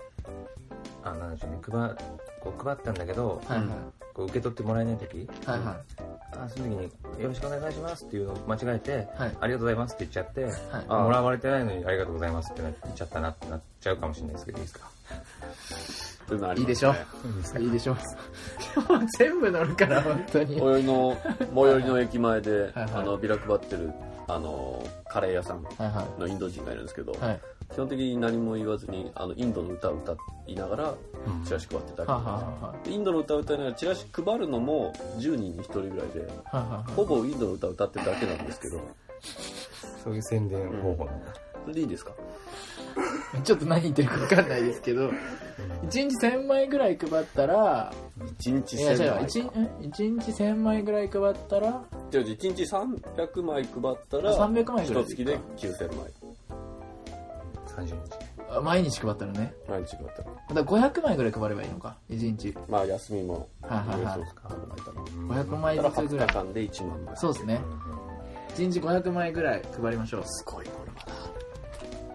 [SPEAKER 2] あなんでしょうね配こう配ったんだけど、
[SPEAKER 1] はいはい
[SPEAKER 2] こう受け取ってもらえない時
[SPEAKER 1] はいは
[SPEAKER 2] あその時に「よろしくお願いします」っていうのを間違えて「
[SPEAKER 1] はい
[SPEAKER 2] ありがとうございます」って言っちゃって、あもらわれてないのに「ありがとうございます」ってなっちゃったなってなっちゃうかもしれないですけどいいですか
[SPEAKER 3] というのあ
[SPEAKER 1] い
[SPEAKER 3] り
[SPEAKER 1] いい
[SPEAKER 3] ま
[SPEAKER 1] ですしょ
[SPEAKER 3] ね
[SPEAKER 1] いいでしょ もう全部乗るから本当にはい
[SPEAKER 3] 最寄りの最寄りの駅前で
[SPEAKER 1] はい
[SPEAKER 3] あのビラ配ってるあのカレー屋さん
[SPEAKER 1] は
[SPEAKER 3] のインド人がいるんですけど、
[SPEAKER 1] いはい
[SPEAKER 3] 基本的に何も言わずにあのインドの歌を歌いながらチラシ配ってたりと
[SPEAKER 1] は
[SPEAKER 3] か、
[SPEAKER 1] は
[SPEAKER 3] インドの歌を歌いながらチラシ配るのも10人に1人ぐらいで
[SPEAKER 1] はは
[SPEAKER 3] ほぼインドの歌を歌ってるだけなんですけど
[SPEAKER 2] そういう宣伝方法なんだ、
[SPEAKER 3] それでいいですか
[SPEAKER 1] い ちょっと何言ってるか分かんないですけど1日1000枚ぐらい配ったら
[SPEAKER 3] 1日
[SPEAKER 1] いや違
[SPEAKER 3] 1000
[SPEAKER 1] う
[SPEAKER 3] 枚
[SPEAKER 1] 一日1000枚ぐらい配ったら
[SPEAKER 3] じゃあ1日300枚配ったら
[SPEAKER 1] 300枚ぐらい
[SPEAKER 3] 一月で9000枚
[SPEAKER 2] 30日
[SPEAKER 1] あ毎日配ったらね
[SPEAKER 3] 毎日配ったら
[SPEAKER 1] だから500枚ぐらい配ればいいのか1日
[SPEAKER 3] まあ休みも
[SPEAKER 1] はいはいはい
[SPEAKER 3] そうですか考えたら
[SPEAKER 1] 500枚
[SPEAKER 3] だ
[SPEAKER 1] ず
[SPEAKER 3] か
[SPEAKER 1] つ
[SPEAKER 3] ら
[SPEAKER 1] ぐらい
[SPEAKER 3] 8日間で1万枚
[SPEAKER 1] そうですね1日500枚ぐらい配りましょう
[SPEAKER 3] すごいものだ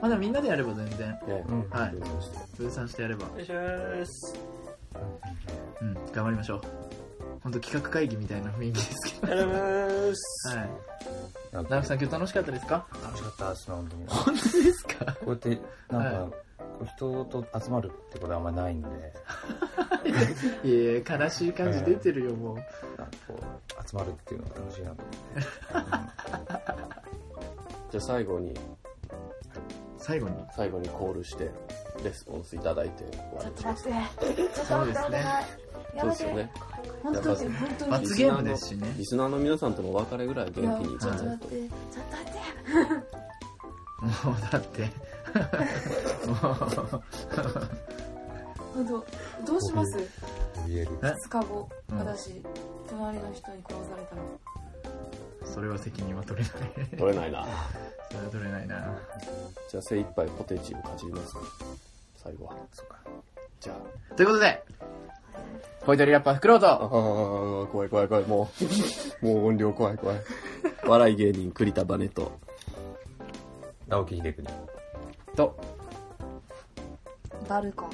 [SPEAKER 1] まだみんなでやれば全然
[SPEAKER 3] なね
[SPEAKER 2] うん
[SPEAKER 1] はい
[SPEAKER 3] 分散して
[SPEAKER 1] 分散してやれば
[SPEAKER 3] よいしょーす
[SPEAKER 1] うん頑張りましょう本当企画会議みたいな雰囲気ですけど
[SPEAKER 3] よいしょーす
[SPEAKER 1] はい
[SPEAKER 2] なん
[SPEAKER 1] ナ
[SPEAKER 2] か
[SPEAKER 1] フさん今日楽しかったですか
[SPEAKER 2] 楽しかったですね本当に
[SPEAKER 1] 本当ですか
[SPEAKER 2] こうやってなんか、
[SPEAKER 1] はい
[SPEAKER 2] こう人と集まるってことはあんまないんで
[SPEAKER 1] いえいえ悲しい感じ出てるよもう
[SPEAKER 2] なんかこう集まるっていうのが楽しいなと思って
[SPEAKER 3] じゃあ最後に
[SPEAKER 1] 最後に
[SPEAKER 3] 最後にコールしてレスポンスいただいて終わ
[SPEAKER 4] ちょ
[SPEAKER 3] り
[SPEAKER 4] っ
[SPEAKER 3] にします
[SPEAKER 4] と待って。ちょっと待って、お願い。
[SPEAKER 3] そう
[SPEAKER 4] やめ
[SPEAKER 3] ですよ
[SPEAKER 4] て。
[SPEAKER 3] ね
[SPEAKER 4] 本当に、本当に。
[SPEAKER 1] 罰ゲームですしね
[SPEAKER 3] リスナーの皆さんとのお別れぐらい元気
[SPEAKER 4] いや
[SPEAKER 3] にいた
[SPEAKER 4] ちょ
[SPEAKER 3] だ
[SPEAKER 4] っと
[SPEAKER 3] ない
[SPEAKER 4] 待
[SPEAKER 3] と
[SPEAKER 4] って、ちょっと待って。
[SPEAKER 1] もうだってもう
[SPEAKER 4] 本当、どうします
[SPEAKER 2] 言える
[SPEAKER 1] え
[SPEAKER 4] 2日後、
[SPEAKER 1] うん
[SPEAKER 4] 私、隣の人に殺されたら。
[SPEAKER 1] それは責任は取れない。
[SPEAKER 3] 取れないな。
[SPEAKER 1] それは取れないな。
[SPEAKER 3] じゃあ精一杯ポテチをかじります最後は。
[SPEAKER 1] そっか。
[SPEAKER 3] じゃあ。
[SPEAKER 1] ということで、ポイトリラッパーフクロウ
[SPEAKER 3] あ
[SPEAKER 1] と、
[SPEAKER 3] ー怖い怖い怖い、も う。もう音量怖い怖い。笑い芸人栗田バネと。
[SPEAKER 5] 直木秀邦
[SPEAKER 1] と、
[SPEAKER 4] バルカ。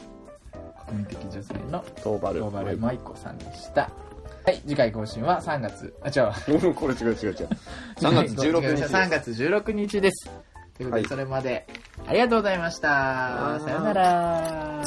[SPEAKER 1] 国民的女性の
[SPEAKER 3] トーバル。
[SPEAKER 1] 小原舞子さんでした。はい、次回更新は3月、あ、 違うわ。
[SPEAKER 3] うん これ違う違う違う。3月16日。
[SPEAKER 1] 3月16日です。ということで、
[SPEAKER 3] はい
[SPEAKER 1] それまで、ありがとうございました。さよなら。